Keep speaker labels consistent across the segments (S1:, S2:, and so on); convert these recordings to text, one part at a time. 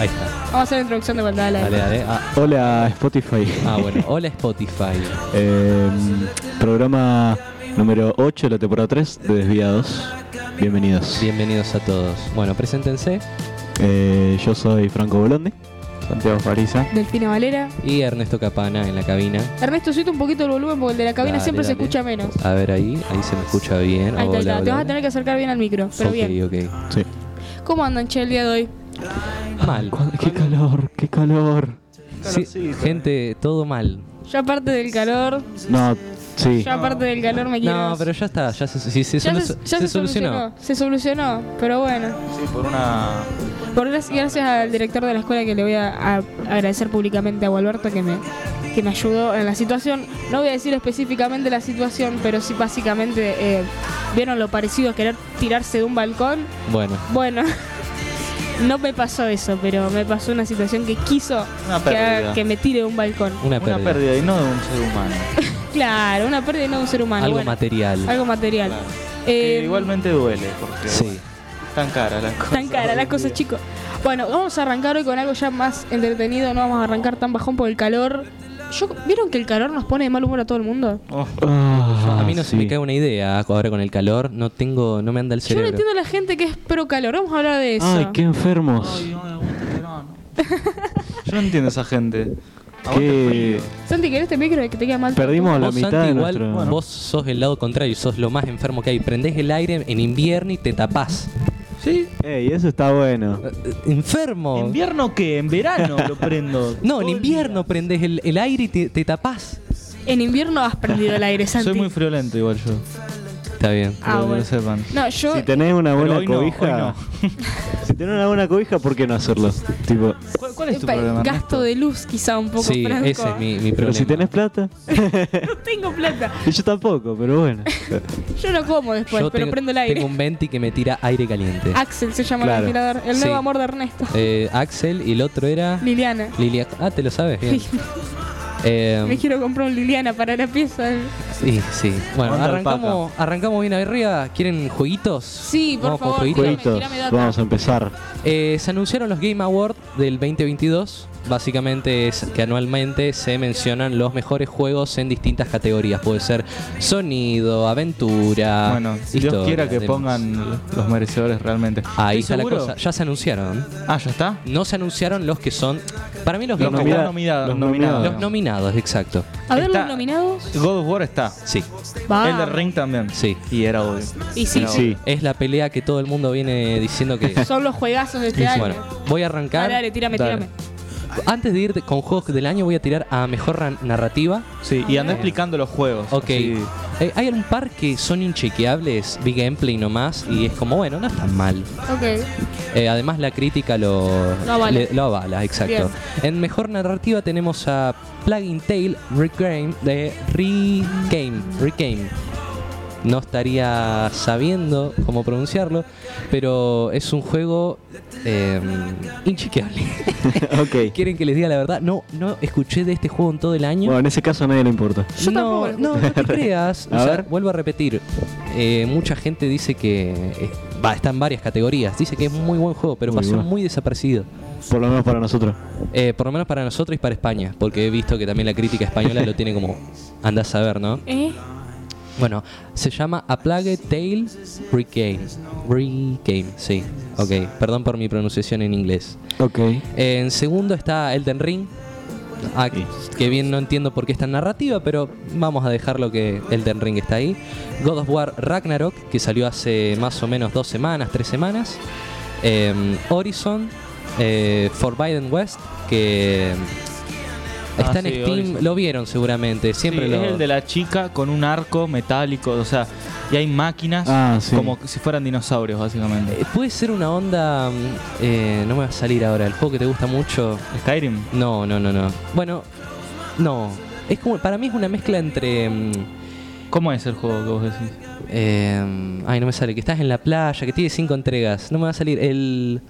S1: Ahí está.
S2: Vamos a hacer la introducción de vuelta. Dale,
S1: Dale, dale. Ah,
S3: Hola Spotify.
S1: ah, bueno. Hola Spotify.
S3: Eh, programa número 8 de la temporada 3 de Desviados. Bienvenidos.
S1: Bienvenidos a todos. Bueno, preséntense.
S3: Eh, yo soy Franco Bolondi.
S4: Santiago Fariza.
S2: Delfina Valera.
S1: Y Ernesto Capana en la cabina.
S2: Ernesto, subite un poquito el volumen porque el de la cabina
S1: Dale,
S2: siempre se
S1: dale.
S2: escucha menos.
S1: A ver ahí, ahí se me escucha bien.
S2: Ahí está, ahí
S1: Hola,
S2: está. Te
S1: hola,
S2: vas a
S1: hola.
S2: tener que acercar bien al micro, pero bien.
S1: Ok, ok.
S3: Sí.
S2: ¿Cómo andan, Che, el día de hoy?
S1: Mal.
S3: Qué calor, qué calor.
S1: Sí, gente, todo mal.
S2: Yo aparte del calor,
S3: No, sí.
S2: yo aparte del calor me quiero...
S1: No, pero ya está. Ya se, sí, se,
S2: ya
S1: solu-
S2: se,
S1: se
S2: ya se
S1: solucionó.
S2: Se solucionó, pero bueno.
S4: Sí, por una.
S2: Por gracias, gracias al director de la escuela que le voy a, a agradecer públicamente a Gualberto que me, que me ayudó en la situación. No voy a decir específicamente la situación, pero sí básicamente eh, vieron lo parecido a querer tirarse de un balcón.
S1: Bueno,
S2: Bueno, no me pasó eso, pero me pasó una situación que quiso
S4: Una
S2: que, haga-
S4: pérdida.
S2: que me tire de un balcón.
S1: una
S4: Una
S1: pérdida.
S4: pérdida y no de un ser humano.
S2: Eh, Claro, una pérdida y no de un ser humano.
S1: Algo
S2: bueno,
S1: material.
S2: algo material.
S4: Claro.
S2: Eh,
S4: Que igualmente duele, porque
S1: Sí.
S4: tan cara las cosas.
S2: Tan cara las cosas, chicos. Bueno, vamos a arrancar hoy con algo ya más entretenido. No vamos a arrancar tan bajón por el calor. Yo, ¿Vieron que el calor nos pone de mal humor a todo el mundo?
S4: Oh,
S3: Ah,
S1: a mí no se me
S3: sí.
S1: cae una idea ahora con el calor. No tengo, no me anda el
S2: Yo no
S1: cerebro.
S2: entiendo a la gente que es pro calor. Vamos a hablar de eso.
S3: Ay, qué enfermos.
S4: yo no entiendo esa gente.
S3: Qué...
S2: Santi, ¿querés este micro que te queda mal?
S3: Perdimos la
S1: Vos,
S3: mitad
S1: Santi,
S3: de
S1: igual
S3: nuestro...
S4: bueno.
S1: vos sos el lado contrario, sos lo más enfermo que hay. Prendés el aire en invierno y te tapás.
S4: ¿Sí?
S3: Ey, eso está bueno.
S1: Eh, eh, Enfermo.
S4: ¿En invierno qué? ¿En verano lo prendo?
S1: No,
S4: Todo
S1: en
S4: el
S1: invierno prendés el, el aire y te, te tapás.
S2: En invierno has prendido el aire,
S4: día.
S2: Santi.
S4: Soy muy friolento igual yo.
S1: Está bien.
S2: Ah,
S4: que lo
S2: bueno.
S4: sepan.
S2: No, yo.
S3: Si tenés una
S4: Pero
S3: buena
S4: hoy no,
S3: cobija...
S4: hoy
S3: Si tenés una buena cobija, ¿por qué no hacerlo? Tipo,
S4: no. ¿Cuál, cuál es tu
S2: Epa,
S4: problema?
S2: gasto de luz, quizá un poco
S1: Sí,
S2: franco.
S1: ese es mi, mi
S3: pero
S1: problema.
S3: si tenés plata...
S2: No tengo plata.
S3: Y yo tampoco, pero bueno.
S2: Yo no como después,
S1: Yo
S2: pero
S1: tengo-
S2: prendo el aire.
S1: Tengo un venti que me tira aire caliente.
S2: Axel se llama
S3: Claro.
S2: el ventilador. El nuevo
S1: Sí.
S2: amor de Ernesto.
S1: Eh, Axel y el otro era
S2: Liliana.
S1: Lilia. Ah, te lo sabes bien. Eh,
S2: Me quiero comprar un Liliana para la pieza.
S1: sí, sí. Bueno,
S4: Onda
S1: arrancamos, arrancamos bien arriba. ¿Quieren jueguitos?
S2: Sí, por
S1: Vamos con
S2: favor,
S1: jueguitos.
S2: tirame.
S3: Jueguitos,
S2: tirame data.
S3: vamos a empezar.
S1: Eh, se anunciaron los Game Awards del 2022. Básicamente es que anualmente se mencionan los mejores juegos en distintas categorías. Puede ser sonido, aventura.
S4: Bueno, si Dios
S1: historia,
S4: quiera que
S1: demás.
S4: pongan los merecedores realmente.
S1: Ahí
S4: ¿Estoy
S1: está la
S4: seguro?
S1: cosa. Ya se anunciaron.
S4: Ah, ¿ya está?
S1: No se anunciaron los que son. Para mí, los,
S4: Los
S1: Game
S4: que
S1: Awards-
S4: están
S3: nominados.
S4: nominados.
S3: Los
S4: nominados.
S1: los nominados, exacto.
S2: A ver,
S4: Está-
S2: los nominados.
S4: God of War está.
S1: Sí,
S2: Va.
S4: El de Ring también.
S1: sí.
S4: Y era obvio.
S2: Ah. Y sí,
S3: Y sí.
S1: Es la pelea que todo el mundo viene diciendo que.
S2: son los juegazos de este año.
S1: bueno, voy a
S2: dale,
S1: arrancar.
S2: dale, tírame,
S4: Dale.
S2: tírame.
S1: Antes de ir de- con juegos del año, voy a tirar a mejor ran- narrativa.
S4: Sí, y anda explicando los juegos.
S1: Ah, Ok.
S4: así.
S1: Eh, hay un par que son inchequeables, vi gameplay nomás, y es como, bueno, no es tan mal.
S2: Ok.
S1: Eh, además, la crítica lo,
S2: Lo avala.
S1: lo avala, exacto.
S2: Bien.
S1: En mejor narrativa tenemos a Plugin Tale Regame de Regame. Regame. No estaría sabiendo cómo pronunciarlo, pero es un juego eh, inchequeable.
S3: ok.
S1: ¿Quieren que les diga la verdad? No, no escuché de este juego en todo el año.
S3: Bueno, en ese caso a nadie le importa.
S2: Yo
S1: no,
S2: tampoco lo
S1: no, no te creas. O
S3: A
S1: sea,
S3: ver.
S1: vuelvo a repetir. Eh, mucha gente dice que. eh, va, está en varias categorías. Dice que es muy buen juego, pero
S3: Muy
S1: pasó
S3: bueno.
S1: muy desapercibido.
S3: Por lo menos para nosotros.
S1: Eh, por lo menos para nosotros y para España. Porque he visto que también la crítica española lo tiene como. Anda a saber, ¿no?
S2: ¿Eh?
S1: Bueno, se llama A Plague Tale Regame. Regame, sí. Ok, perdón por mi pronunciación en inglés.
S3: Ok.
S1: Eh, en segundo está Elden Ring. Ah,
S3: Sí.
S1: que bien no entiendo por qué es tan narrativa, pero vamos a dejarlo que Elden Ring está ahí. God of War Ragnarok, que salió hace más o menos dos semanas, tres semanas. Em, Horizon, eh, Forbidden West, que
S4: Ah,
S1: está en
S4: sí,
S1: Steam,
S4: Horizon.
S1: lo vieron seguramente, siempre
S4: Sí,
S1: lo...
S4: es el de la chica con un arco metálico, o sea, y hay máquinas
S3: Ah, sí.
S4: como que si fueran dinosaurios, básicamente.
S1: Eh, Puede ser una onda... mm, eh, no me va a salir ahora, el juego que te gusta mucho.
S4: Skyrim.
S1: No, no, no, no. Bueno, no. Es como, para mí es una mezcla entre... mm,
S4: ¿Cómo es el juego que vos decís?
S1: Eh, ay, no me sale. Que estás en la playa, que tiene cinco entregas. No me va a salir el.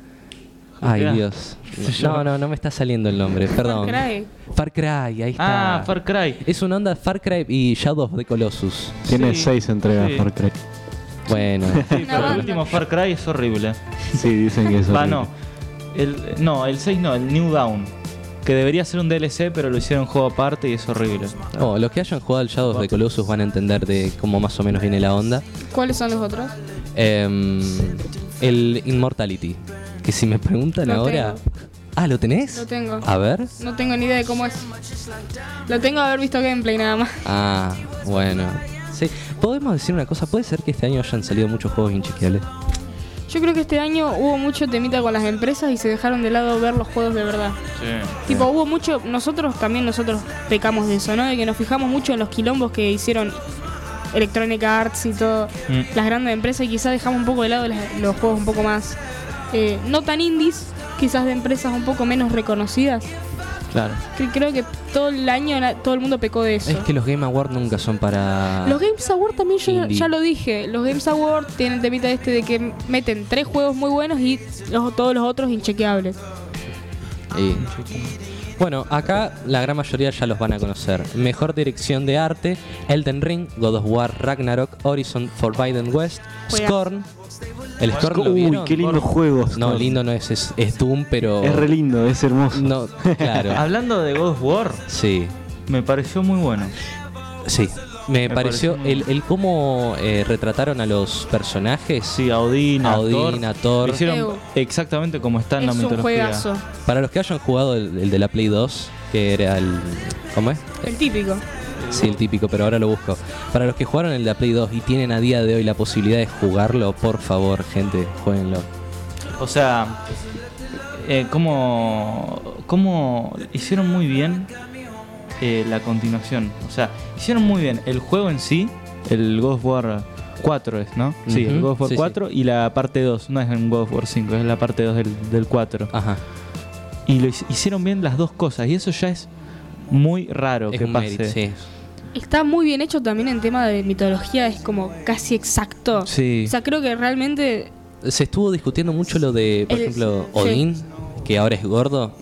S1: Ay,
S4: Espera.
S1: Dios. No, no, no me está saliendo el nombre, perdón.
S2: Far Cry.
S1: Far Cry, ahí está.
S4: Ah, Far Cry.
S1: Es una onda Far Cry y Shadow of the Colossus.
S3: Tiene
S4: Sí,
S3: seis entregas
S4: sí.
S3: por Far Cry.
S1: Bueno.
S4: Sí, pero
S2: banda.
S4: el último Far Cry es horrible.
S3: Sí, dicen que es
S4: Va,
S3: horrible.
S4: no. El, no, el 6 no, el New Down. Que debería ser un DLC, pero lo hicieron juego aparte y es horrible.
S1: No, Oh, los que hayan jugado al Shadows de Colossus van a entender de cómo más o menos viene la onda.
S2: ¿Cuáles son los otros?
S1: Em, el Immortality. Que si me preguntan
S2: Lo
S1: ahora. Ah, ¿lo tenés?
S2: Lo tengo.
S1: A ver.
S2: No tengo ni idea de cómo es. Lo tengo de haber visto gameplay nada más.
S1: Ah, bueno. Sí, podemos decir una cosa. Puede ser que este año hayan salido muchos juegos inchequeables.
S2: Yo creo que este año hubo mucho temita con las empresas y se dejaron de lado ver los juegos de verdad. Tipo, hubo mucho, nosotros también nosotros pecamos de eso, ¿no? De que nos fijamos mucho en los quilombos que hicieron Electronic Arts y todo,
S4: Mm.
S2: las grandes empresas y quizás dejamos un poco de lado las- los juegos un poco más, eh, no tan indies, quizás de empresas un poco menos reconocidas.
S4: Claro.
S2: Que creo que todo el año na- todo el mundo pecó de eso.
S1: Es que los Game Awards nunca son para.
S2: Los Games Award también yo
S1: Indie.
S2: ya lo dije. Los Games Award tienen temita este de que meten tres juegos muy buenos y los- todos los otros inchequeables.
S1: Y- Bueno, acá la gran mayoría ya los van a conocer. Mejor dirección de arte, Elden Ring, God of War, Ragnarok, Horizon, Forbidden West,
S2: Juegazo.
S1: Scorn. El Scorn lo
S3: Uy,
S1: vieron.
S3: qué lindo juego.
S1: No, lindo no es, es, es Doom, pero...
S3: Es re lindo, es hermoso.
S1: No, claro.
S4: Hablando de God of War,
S1: Sí,
S4: me pareció muy bueno.
S1: sí. Me,
S4: Me
S1: pareció
S4: pareció
S1: el, el cómo eh, retrataron a los personajes.
S4: Sí, a Odín, a
S1: Odín,
S4: Thor.
S1: a Thor.
S4: Lo hicieron
S2: Ew.
S4: exactamente como está en
S2: es
S4: la
S2: un
S4: mitología.
S2: juegazo.
S1: Para los que hayan jugado el, el de la Play 2, que era el... ¿Cómo es?
S2: El típico.
S1: Sí, el típico, pero ahora lo busco. Para los que jugaron el de la Play 2 y tienen a día de hoy la posibilidad de jugarlo, por favor, gente, jueguenlo.
S4: O sea, eh, como, como hicieron muy bien eh, la continuación. O sea, hicieron muy bien el juego en sí, el God of War 4 es, ¿no? Sí, el
S1: Ujú,
S4: God of War
S1: sí, sí.
S4: 4 y la parte 2, no es en God of War 5, es la parte 2 del, del 4.
S1: Ajá.
S4: Y lo hic- hicieron bien las dos cosas y eso ya es muy raro
S1: es
S4: que
S1: un
S4: pase.
S1: mérito, sí.
S2: Está muy bien hecho también en tema de mitología, es como casi exacto.
S4: Sí.
S2: O sea, creo que realmente
S1: Se estuvo discutiendo mucho lo de, por
S2: El-
S1: ejemplo,
S2: sí.
S1: Odín, que ahora es gordo.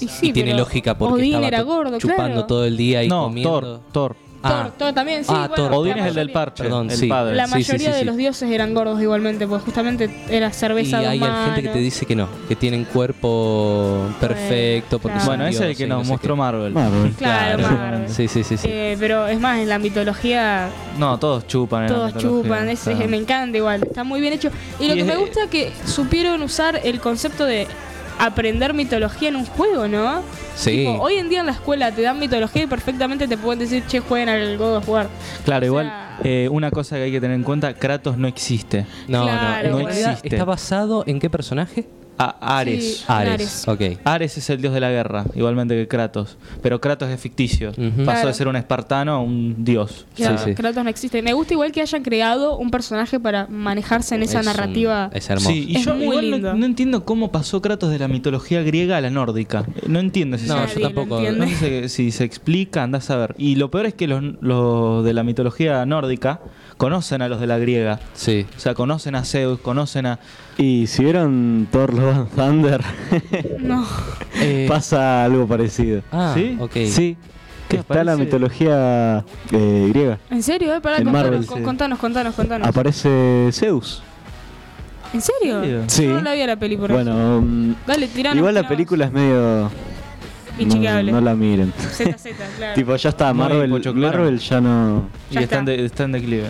S2: y sí,
S1: y tiene
S2: pero
S1: lógica porque
S2: Odín
S1: estaba
S2: era
S1: to-
S2: gordo,
S1: chupando
S2: claro.
S1: todo el día y
S4: no,
S1: comiendo.
S4: Thor, Thor.
S1: Ah,
S2: Thor, Thor también, sí.
S1: Ah,
S2: bueno,
S1: Thor.
S2: la
S4: Odín es el
S2: mayoría-
S4: del parche,
S1: Perdón,
S4: el
S1: sí.
S4: padre.
S2: La
S1: Sí, sí,
S2: mayoría
S1: sí,
S2: de
S1: sí.
S2: los dioses eran gordos igualmente, porque justamente era
S1: y
S2: cerveza de
S1: hay
S2: humano.
S1: gente que te dice que no, que tienen cuerpo perfecto porque
S2: claro.
S1: son
S4: Bueno, ese es el que
S1: dioses,
S4: nos
S1: no sé
S4: mostró
S1: qué.
S4: Marvel.
S3: Marvel.
S2: Claro,
S1: Claro.
S2: Marvel.
S1: Sí, sí, sí, sí.
S2: Eh, pero es más, en la mitología
S4: No, todos chupan. en la
S2: todos
S4: mitología,
S2: chupan, ese-
S4: claro.
S2: me encanta igual, está muy bien hecho. Y lo
S4: Y
S2: que
S4: es-
S1: eh,
S2: me gusta es que supieron usar el concepto de aprender mitología en un juego, ¿no?
S1: sí.
S2: Tipo, hoy en día en la escuela te dan mitología y perfectamente te pueden decir, che, jueguen al God of War.
S4: Claro,
S2: O
S4: igual
S2: sea-
S4: eh, una cosa que hay que tener en cuenta, Kratos no existe.
S1: no,
S2: claro,
S1: no,
S2: No
S1: en realidad
S4: existe.
S1: está basado en qué personaje?
S4: A Ares.
S2: Sí. En
S1: Ares.
S2: Ares.
S1: Ok.
S4: Ares es el dios de la guerra, igualmente que Kratos. Pero Kratos es ficticio.
S1: Ujú.
S4: Pasó
S2: Claro.
S4: de ser un espartano a un dios.
S1: Sí,
S2: Claro,
S1: sí.
S2: Kratos no existe. Me gusta igual que hayan creado un personaje para manejarse en esa
S1: Es un-
S2: narrativa.
S1: es hermoso.
S4: Sí, y
S2: Es
S4: yo
S2: muy
S4: igual no-
S2: lindo.
S4: No, entiendo cómo pasó Kratos de la mitología griega a la nórdica. Eh, No entiendo ese
S1: No,
S4: salto.
S1: yo
S2: lo
S1: tampoco-
S4: No
S2: entiende.
S4: sé si se explica, andás a ver. Y lo peor es que los, los de la mitología nórdica conocen a los de la griega.
S1: Sí.
S4: O sea, conocen a Zeus, conocen a...
S3: Y si vieron Thor Love and Thunder,
S2: No.
S1: Eh,
S3: pasa algo parecido.
S1: ah,
S4: ¿Sí?
S1: ok.
S3: Sí,
S4: ¿Qué
S3: está la
S4: aparece?
S3: mitología eh, griega.
S2: ¿En serio? Eh, Pará,
S3: En
S2: contanos,
S3: Marvel,
S2: co-
S3: sí.
S2: contanos, contanos, contanos.
S3: Aparece Zeus.
S2: ¿En serio?
S4: ¿En
S3: serio?
S2: Yo no la vi a la peli por ahí.
S3: Bueno, mm,
S2: Dale, tiranos,
S3: igual la
S2: tiranos.
S3: película es medio... No,
S2: Inchequeable.
S3: no la miren.
S2: ZZ, claro.
S3: Tipo, ya está,
S4: Muy
S3: Marvel,
S4: pochoclero.
S3: Marvel ya no...
S4: Y
S2: Ya
S4: está en
S2: está.
S4: de- está en declive.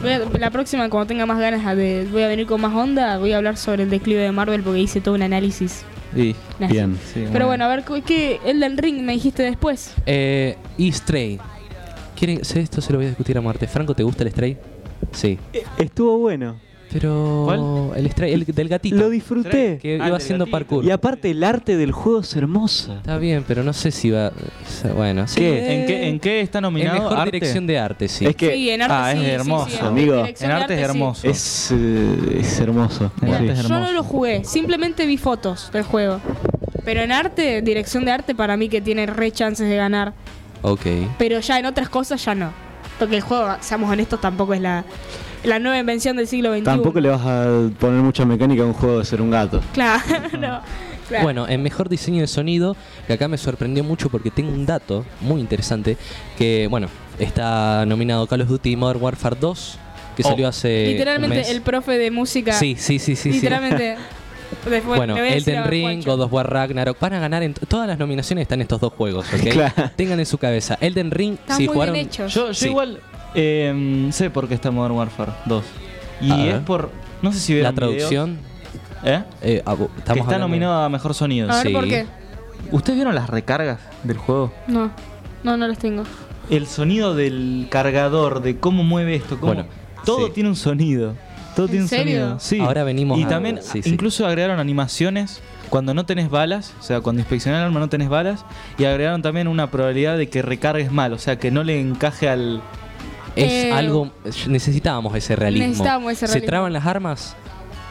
S2: Voy a- la próxima, cuando tenga más ganas, de, voy a venir con más onda. Voy a hablar sobre el declive de Marvel porque hice todo un análisis.
S4: Sí,
S2: Nah.
S3: Bien.
S4: sí,
S2: Pero
S4: bueno.
S2: bueno, a ver, cu- ¿qué Elden Ring me dijiste después?
S1: Eh, y Stray. ¿Quieren, sé, esto se lo voy a discutir a muerte. Franco, ¿te gusta el Stray? Sí.
S3: E-, Estuvo bueno.
S1: Pero.
S4: ¿Cuál?
S1: El Stray, el del gatito.
S3: Lo disfruté.
S1: que
S4: Ah, el
S1: iba
S4: del
S1: haciendo
S4: gatito.
S1: parkour.
S3: Y aparte el arte del juego es hermosa.
S1: Está bien, pero no sé si va. Bueno, sí. eh,
S3: ¿Qué?
S4: ¿En qué, en qué está
S1: En
S4: nominado?
S1: mejor
S4: Arte.
S1: dirección de arte, sí.
S3: Es que
S2: sí, en arte
S4: ah,
S2: sí,
S4: es
S2: sí, sí,
S4: hermoso,
S2: en
S3: amigo.
S2: dirección
S4: En
S2: de
S4: arte es
S2: sí.
S4: hermoso.
S3: es, eh, es hermoso.
S4: En arte
S3: Sí.
S4: es
S2: Yo no
S4: hermoso.
S2: lo jugué, simplemente vi fotos del juego. Pero en arte, dirección de arte, para mí que tiene re chances de ganar.
S1: Ok.
S2: Pero ya en otras cosas ya no. Porque el juego, seamos honestos, tampoco es la, la nueva invención del siglo XXI.
S3: Tampoco le vas a poner mucha mecánica a un juego de ser un gato.
S2: Claro, no, claro.
S1: Bueno, en mejor diseño de sonido, que acá me sorprendió mucho porque tengo un dato muy interesante. Que, bueno, está nominado Call of Duty Modern Warfare 2, que
S4: Oh.
S1: salió hace. un
S2: Literalmente
S1: Eh, mes.
S2: el profe de música.
S1: Sí, sí, sí, sí. sí.
S2: Literalmente. Después-
S1: Bueno,
S2: le voy a decir
S1: Elden
S2: a
S1: Ring,
S2: Juancho.
S1: God of War Ragnarok van a ganar en todas las nominaciones están estos dos juegos, ¿ok?
S3: Claro.
S1: Tengan en su cabeza. Elden Ring,
S2: Están
S1: si
S2: muy
S1: jugaron
S2: bien hechos.
S4: Yo, yo
S1: Sí.
S4: igual eh, sé por qué está Modern Warfare 2. Y
S1: A
S4: es
S1: ver.
S4: por. No sé si
S1: la
S4: vieron
S1: traducción,
S4: videos, ¿eh?
S1: eh, ah, bu- estamos
S4: que está
S1: hablando-
S4: nominado a mejor sonido.
S2: a ver
S1: sí.
S2: por qué.
S4: ¿Ustedes vieron las recargas del juego?
S2: No, no, no los tengo.
S4: El sonido del cargador, de cómo mueve esto, cómo.
S1: Bueno,
S4: todo
S1: sí.
S4: tiene un sonido. Todo
S2: ¿En
S4: tiene un
S2: serio?
S4: sonido. Sí.
S1: Ahora venimos
S4: Y
S1: a-
S4: también,
S1: sí, sí.
S4: incluso agregaron animaciones cuando no tenés balas, o sea, cuando inspeccionaron el arma no tenés balas, y agregaron también una probabilidad de que recargues mal, o sea, que no le encaje al.
S1: Es
S2: Eh,
S1: algo necesitábamos ese realismo.
S2: necesitábamos ese
S1: Se
S2: realismo.
S1: traban las armas.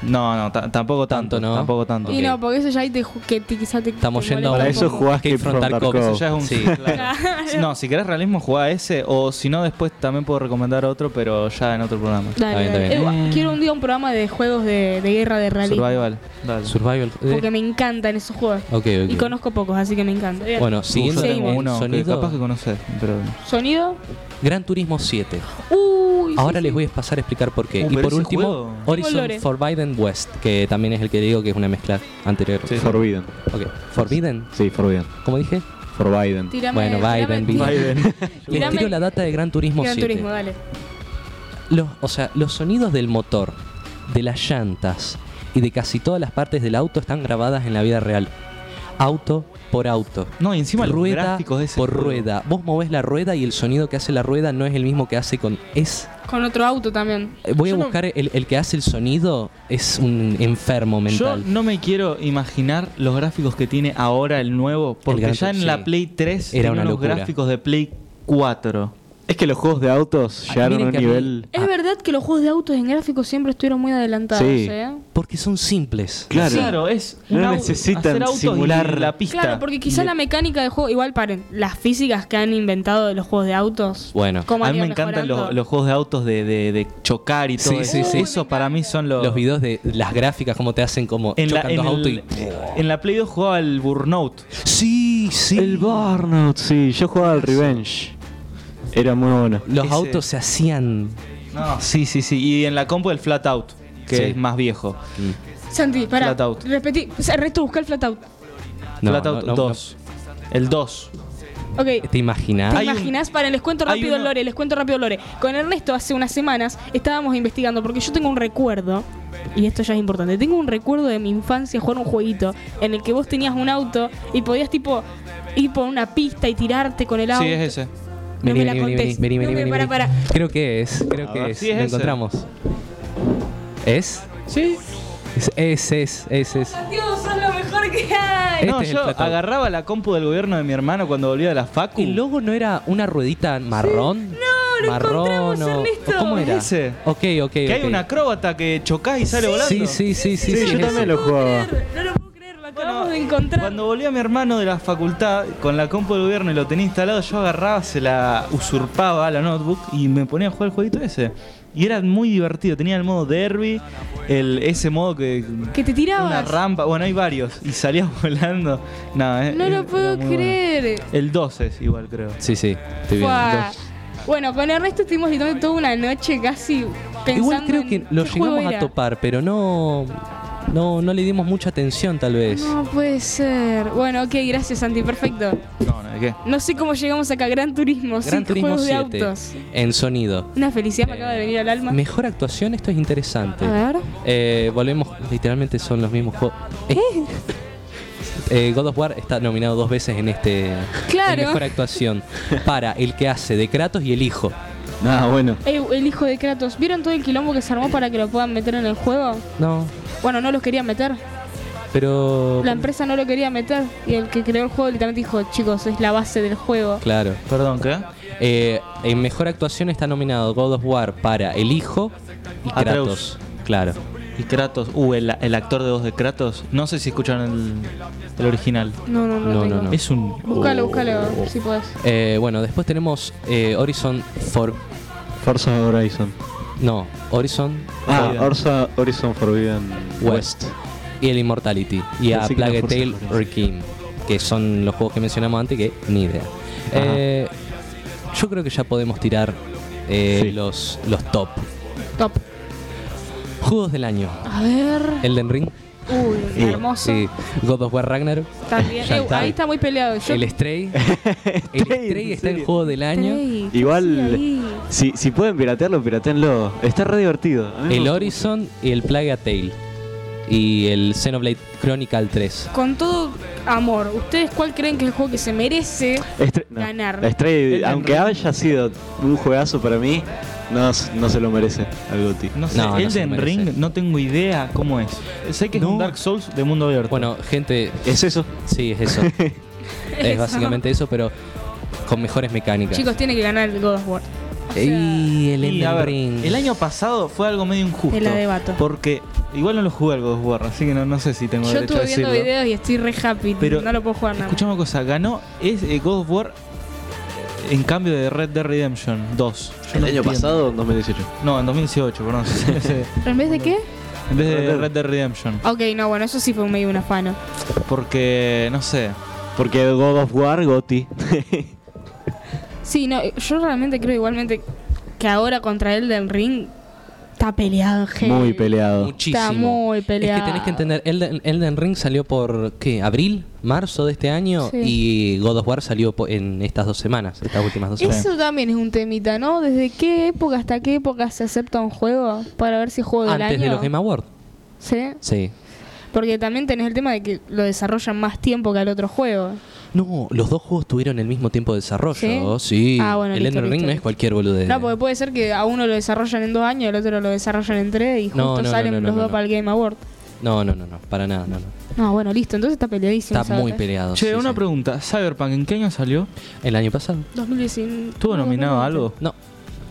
S4: No, no, ta- tampoco tanto,
S1: Tanto, ¿no?
S4: Tampoco tanto.
S1: Ok.
S2: Y no, porque eso ya ahí te, ju- que te, quizá te
S1: Estamos
S2: te
S1: yendo
S2: molesta
S1: a
S3: Para
S1: un
S3: eso
S2: poco.
S3: jugás
S1: Escape
S3: que
S1: from Tarkov.
S4: Eso ya es un.
S1: Sí.
S4: claro. No, si querés realismo, jugá ese. O si no, después también puedo recomendar otro, pero ya en otro programa.
S2: Dale,
S1: Está bien, está
S2: dale.
S4: bien.
S2: Eh, quiero un día un programa de juegos de, de guerra de rally.
S4: Survival. Dale.
S1: Survival. eh,
S2: Porque me encantan esos juegos.
S1: ok, ok.
S2: Y conozco pocos, así que me encanta. Bien.
S1: Bueno,
S4: Yo
S1: siguiendo
S4: tengo
S1: el
S4: uno que
S1: sonido,
S4: capaz que conoces, pero.
S2: Sonido.
S1: Gran Turismo 7.
S2: Uy, sí,
S1: Ahora
S2: sí.
S1: les voy a pasar a explicar por qué.
S4: Uh,
S1: y
S4: pero
S1: por
S4: ese
S1: último,
S4: juego-
S2: Tengo
S1: Horizon
S2: lore.
S1: Forbidden West, que también es el que digo que es una mezcla anterior.
S4: Sí.
S3: Forbidden.
S1: Ok, Forbidden,
S3: Sí, Forbidden.
S1: como dije.
S3: For Biden.
S2: Tírame-
S1: Bueno,
S2: tírame-
S1: Biden, Biden. Les
S2: Tirame-
S1: tiro la data de Gran Turismo
S2: Gran
S1: 7.
S2: Turismo, dale.
S1: Los, o sea, los sonidos del motor, de las llantas y de casi todas las partes del auto están grabadas en la vida real. Auto por auto.
S4: No, y encima los
S1: rueda
S4: gráficos de ese
S1: por
S4: juego.
S1: rueda. Vos movés la rueda y el sonido que hace la rueda no es el mismo que hace con... Es
S2: Con otro auto también.
S1: Eh, Voy
S2: Yo
S1: a
S2: no-
S1: buscar el, el que hace el sonido, es un enfermo
S4: Yo
S1: mental.
S4: no me quiero imaginar los gráficos que tiene ahora el nuevo, porque
S1: Gran
S4: ya en
S1: Turismo, sí.
S4: la Play 3
S1: Era
S4: tiene
S1: una
S4: unos
S1: locura.
S4: gráficos de Play 4.
S3: Es que los juegos de autos llegaron a
S1: Ah, miren
S3: un
S1: que a mí-
S3: nivel.
S4: Ah.
S2: Es verdad que los juegos de autos en gráficos siempre estuvieron muy adelantados,
S3: Sí.
S2: ¿eh?
S1: Porque son simples.
S3: Claro.
S4: es
S3: No
S4: au-
S3: necesitan
S4: hacer autos y
S3: simular.
S4: la pista.
S2: Claro, porque quizá la mecánica de juego, igual paren, las físicas que han inventado de los juegos de autos.
S1: Bueno,
S2: ¿cómo
S4: a
S2: han
S4: mí
S2: ido
S4: me encantan los,
S2: mejorando?
S4: los juegos de autos de, de- de chocar y todo
S1: Sí,
S4: eso.
S1: sí, sí.
S4: Eso para mí son los...
S1: Los videos de las gráficas, cómo te hacen como
S4: en la,
S1: chocan
S4: en,
S1: dos autos
S4: el-
S1: y...
S4: en la Play 2 jugaba el Burnout.
S1: Sí, sí.
S3: El Burnout, sí. Yo jugaba al Revenge. Era muy bueno.
S1: Los
S4: Ese-
S1: autos se hacían...
S4: No, sí, sí, sí. Y en la compu del Flat Out, que
S1: Sí.
S4: es más viejo.
S2: Santi, pará.
S4: Flat out.
S2: Repetí, o sea, resto, busca el flat out.
S1: No,
S4: Flat
S1: no,
S4: Out
S1: no, no.
S4: 2. El 2.
S2: Ok.
S1: ¿Te imaginas?
S2: ¿Te
S4: Hay un-
S2: imaginas? Para, les cuento
S4: hay
S2: rápido,
S4: uno-
S2: Lore, les cuento rápido, Lore. Con Ernesto hace unas semanas estábamos investigando, porque yo tengo un recuerdo, y esto ya es importante, tengo un recuerdo de mi infancia jugar un jueguito en el que vos tenías un auto y podías tipo ir por una pista y tirarte con el auto.
S4: Sí, es ese.
S1: Este
S2: No me la
S1: vení,
S2: contés.
S1: vení, vení,
S2: No me-
S1: vení,
S2: pará,
S1: vení.
S2: pará.
S1: Creo que es, creo
S3: A
S1: que
S3: ver.
S1: es.
S4: Ah, Sí, es
S1: Lo
S4: ese.
S1: encontramos. ¿Es?
S4: Sí.
S1: Es, es, es, es. es.
S2: Dios, sos lo mejor que hay.
S1: Este
S4: no,
S1: es el
S4: yo
S1: Flat Out.
S4: agarraba la compu del gobierno de mi hermano cuando volvía de la facu.
S1: ¿El logo no era una ruedita marrón?
S2: lo
S1: marrón
S2: encontramos,
S1: o-
S2: Ernesto.
S1: ¿Cómo era?
S4: Ese.
S1: Ok, ok,
S4: que hay
S1: ok.
S4: un acróbata que chocás y sale volando.
S1: Sí, sí, sí, sí.
S3: Sí,
S1: sí,
S3: yo
S1: es
S3: también
S1: ese.
S3: lo jugaba.
S2: No lo puedo creer, lo
S4: Bueno,
S2: acabamos de encontrar.
S4: Cuando volvía mi hermano de la facultad con la compu del gobierno y lo tenía instalado, yo agarraba, se la usurpaba a la notebook y me ponía a jugar el jueguito ese. Y era muy divertido. Tenía el modo derby, el, ese modo que.
S2: Que te tirabas.
S4: Una rampa. Bueno, hay varios. Y salías volando. No, eh,
S2: no
S4: era-
S2: lo puedo
S4: era muy bueno.
S2: creer.
S4: El 12 es igual, creo.
S1: Sí, sí, estoy bien.
S2: Fua. Bueno, con Ernesto estuvimos gritando toda una noche casi pensando
S1: Igual creo
S2: en
S1: que lo
S2: qué juego
S1: llegamos a
S2: era.
S1: topar, pero no, no, no le dimos mucha atención tal vez.
S2: No puede ser. Bueno, ok, gracias Santi, perfecto.
S4: No, no, ¿de qué?
S2: No sé cómo llegamos acá, Gran Turismo,
S1: Gran
S2: sí,
S1: Turismo
S2: juegos
S1: 7
S2: de autos.
S1: en sonido.
S2: Una felicidad me acaba de venir al alma.
S1: Mejor actuación, esto es interesante.
S2: A ver.
S1: Eh, volvemos, literalmente son los mismos juegos. Eh. Eh, God of War está nominado dos veces en este
S2: Claro.
S1: en mejor actuación para el que hace de Kratos y el hijo.
S3: Nada, bueno.
S2: Ey, Eh, el hijo de Kratos, ¿vieron todo el quilombo que se armó para que lo puedan meter en el juego?
S1: No,
S2: Bueno, no los querían meter.
S1: pero
S2: La empresa no lo quería meter. Y el que creó el juego literalmente dijo, chicos, es la base del juego.
S1: claro.
S4: Perdón, ¿qué?
S1: Eh, en mejor actuación está nominado God of War para el hijo y
S4: Atreus.
S1: Kratos. Claro.
S4: Y Kratos, uh, el, el actor de voz de Kratos, no sé si escucharon el, el original.
S2: No, no, no.
S1: No,
S2: tengo.
S1: no, no.
S4: Es un...
S2: Búscalo, búscalo, si puedes.
S1: Eh, bueno, después tenemos eh, Horizon for
S3: Forza Horizon.
S1: no, Horizon
S3: Ah,
S4: Forbidden.
S3: Forza Horizon Forbidden
S1: West,
S3: West.
S1: y el Immortality y a
S3: Pensé que era
S1: Plague
S3: Forza
S1: Tale
S3: Horizon.
S1: Requiem, que son los juegos que mencionamos antes que ni idea. Eh, yo creo que ya podemos tirar eh,
S3: Sí.
S1: los los top
S2: Top.
S1: juegos del año.
S2: A ver.
S1: Elden Ring,
S2: Uy,
S1: Sí,
S2: hermoso.
S1: Sí, God of War Ragnarok,
S2: También.
S1: Ya
S2: Eh,
S1: está.
S2: ahí está muy peleado. Yo
S1: el Stray. el
S3: Stray,
S1: Stray
S3: ¿en
S1: está en
S3: serio?
S1: juego del año.
S2: Ey,
S3: Igual-
S2: sí, ahí.
S3: Si, si pueden piratearlo, piratenlo. Está re divertido. A mí me
S1: El
S3: gusta
S1: Horizon y el Plague Tale. Y el Xenoblade Chronicle 3.
S2: Con todo amor, ¿ustedes cuál creen que es el juego que se merece?
S3: mucho. Estre- no.
S2: ganar.
S3: La estrella,
S4: El
S3: aunque
S4: Ring.
S3: haya sido un juegazo para mí, no, s- no se lo merece al Goti.
S4: No sé,
S1: No, no se
S4: Elden
S1: lo merece.
S4: Ring, no tengo idea cómo es. Sé que es
S3: No.
S4: un Dark Souls de mundo abierto.
S1: Bueno, gente,
S3: Es eso.
S1: sí, es eso. es
S2: Eso.
S1: básicamente eso, pero con mejores mecánicas.
S2: Chicos, tiene que ganar el God of War. O sea,
S1: y el
S4: Y,
S1: Elden
S4: a ver,
S1: Ring.
S4: el año pasado fue algo medio injusto.
S2: Te la debato.
S4: Porque igual no lo jugué al God of War, así que no, no sé si tengo
S2: yo
S4: derecho
S2: estuve
S4: a
S2: viendo
S4: decirlo.
S2: videos y estoy re happy.
S4: Pero,
S2: no lo puedo jugar nada.
S4: Escuchame una cosa, ganó es, eh, God of War eh, en cambio de Red Dead Redemption 2. Yo
S3: El
S4: no
S3: año
S4: entiendo.
S3: pasado, 2018.
S4: No, en 2018, perdón.
S2: ¿Pero ¿En vez de qué?
S4: en vez
S3: Red
S4: de
S3: Dead.
S4: Red Dead Redemption.
S2: Ok, no, bueno, eso sí fue medio un afano.
S4: Porque, no sé.
S3: Porque God of War, Goti.
S2: Sí, no, yo realmente creo igualmente que ahora contra Elden Ring está peleado, gente.
S3: Muy peleado.
S1: Muchísimo.
S2: Está muy
S1: Es
S2: peleado.
S1: que tenés que entender, Elden, Elden Ring salió por, ¿qué? ¿Abril? ¿Marzo de este año?
S2: Sí.
S1: Y God of War salió po- en estas dos semanas, estas últimas dos semanas.
S2: Eso también es un temita, ¿no? ¿Desde qué época hasta qué época se acepta un juego para ver si es juego del
S1: Antes
S2: año?
S1: de los Game Awards.
S2: Sí,
S1: Sí.
S2: porque también tenés el tema de que lo desarrollan más tiempo que al otro juego.
S1: No, los dos juegos tuvieron el mismo tiempo de desarrollo.
S2: ¿Sí?
S1: Sí.
S2: Ah, bueno,
S1: el
S2: listo,
S1: Elden Ring
S2: listo,
S1: no es
S2: listo.
S1: cualquier boludez.
S2: No, porque puede ser que a uno lo desarrollan en dos años, al otro lo desarrollan en tres y justo
S1: No, no, no,
S2: salen
S1: no, no,
S2: los
S1: no, no.
S2: dos para el Game Award.
S1: no, no, no, no, para nada, no, no.
S2: No, bueno, listo, entonces está peleadísimo.
S1: Está
S2: esa
S1: muy
S2: batalla.
S1: peleado.
S3: Ah,
S4: Che,
S1: sí,
S4: una
S1: sí.
S4: pregunta. Cyberpunk, ¿en qué año salió?
S1: El año pasado.
S2: 2019.
S4: ¿Estuvo nominado a algo?
S1: No,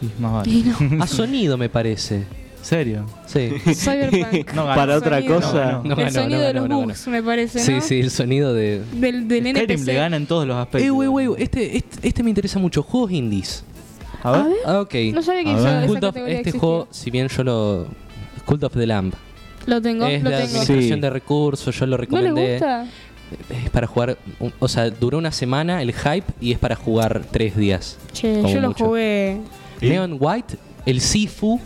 S4: Y más vale.
S2: Y no.
S1: a sonido me parece.
S4: ¿Serio?
S1: Sí.
S2: Cyberpunk.
S4: No ganó.
S3: Para otra
S2: Sonido.
S3: cosa.
S4: No,
S1: no,
S2: el
S1: no,
S2: sonido
S1: no,
S2: de
S1: no,
S2: los
S1: no,
S2: bugs, me parece,
S1: Sí,
S2: ¿no?
S1: sí, el sonido de.
S2: Del, del
S4: Skyrim
S2: NPC.
S4: le gana en todos los aspectos.
S1: Eh, wey, wey, wey, este, este, este me interesa mucho. Juegos indies.
S4: A ver.
S1: Ah, ok.
S2: No sabía que
S3: A
S2: esa,
S3: ver.
S2: esa
S1: Cult of-
S2: categoría
S1: este
S2: existía.
S1: juego, si bien yo lo. Cult of the Lamp.
S2: Lo tengo,
S1: es
S2: lo
S1: de
S2: tengo.
S3: Sí.
S1: administración de recursos, yo lo
S2: ¿No les
S1: recomendé.
S2: gusta?
S1: Es para jugar. un- o sea, duró una semana el hype y es para jugar tres días.
S2: Che,
S1: Como
S2: yo lo
S1: mucho.
S2: jugué.
S1: Neon White, el Sifu. eh,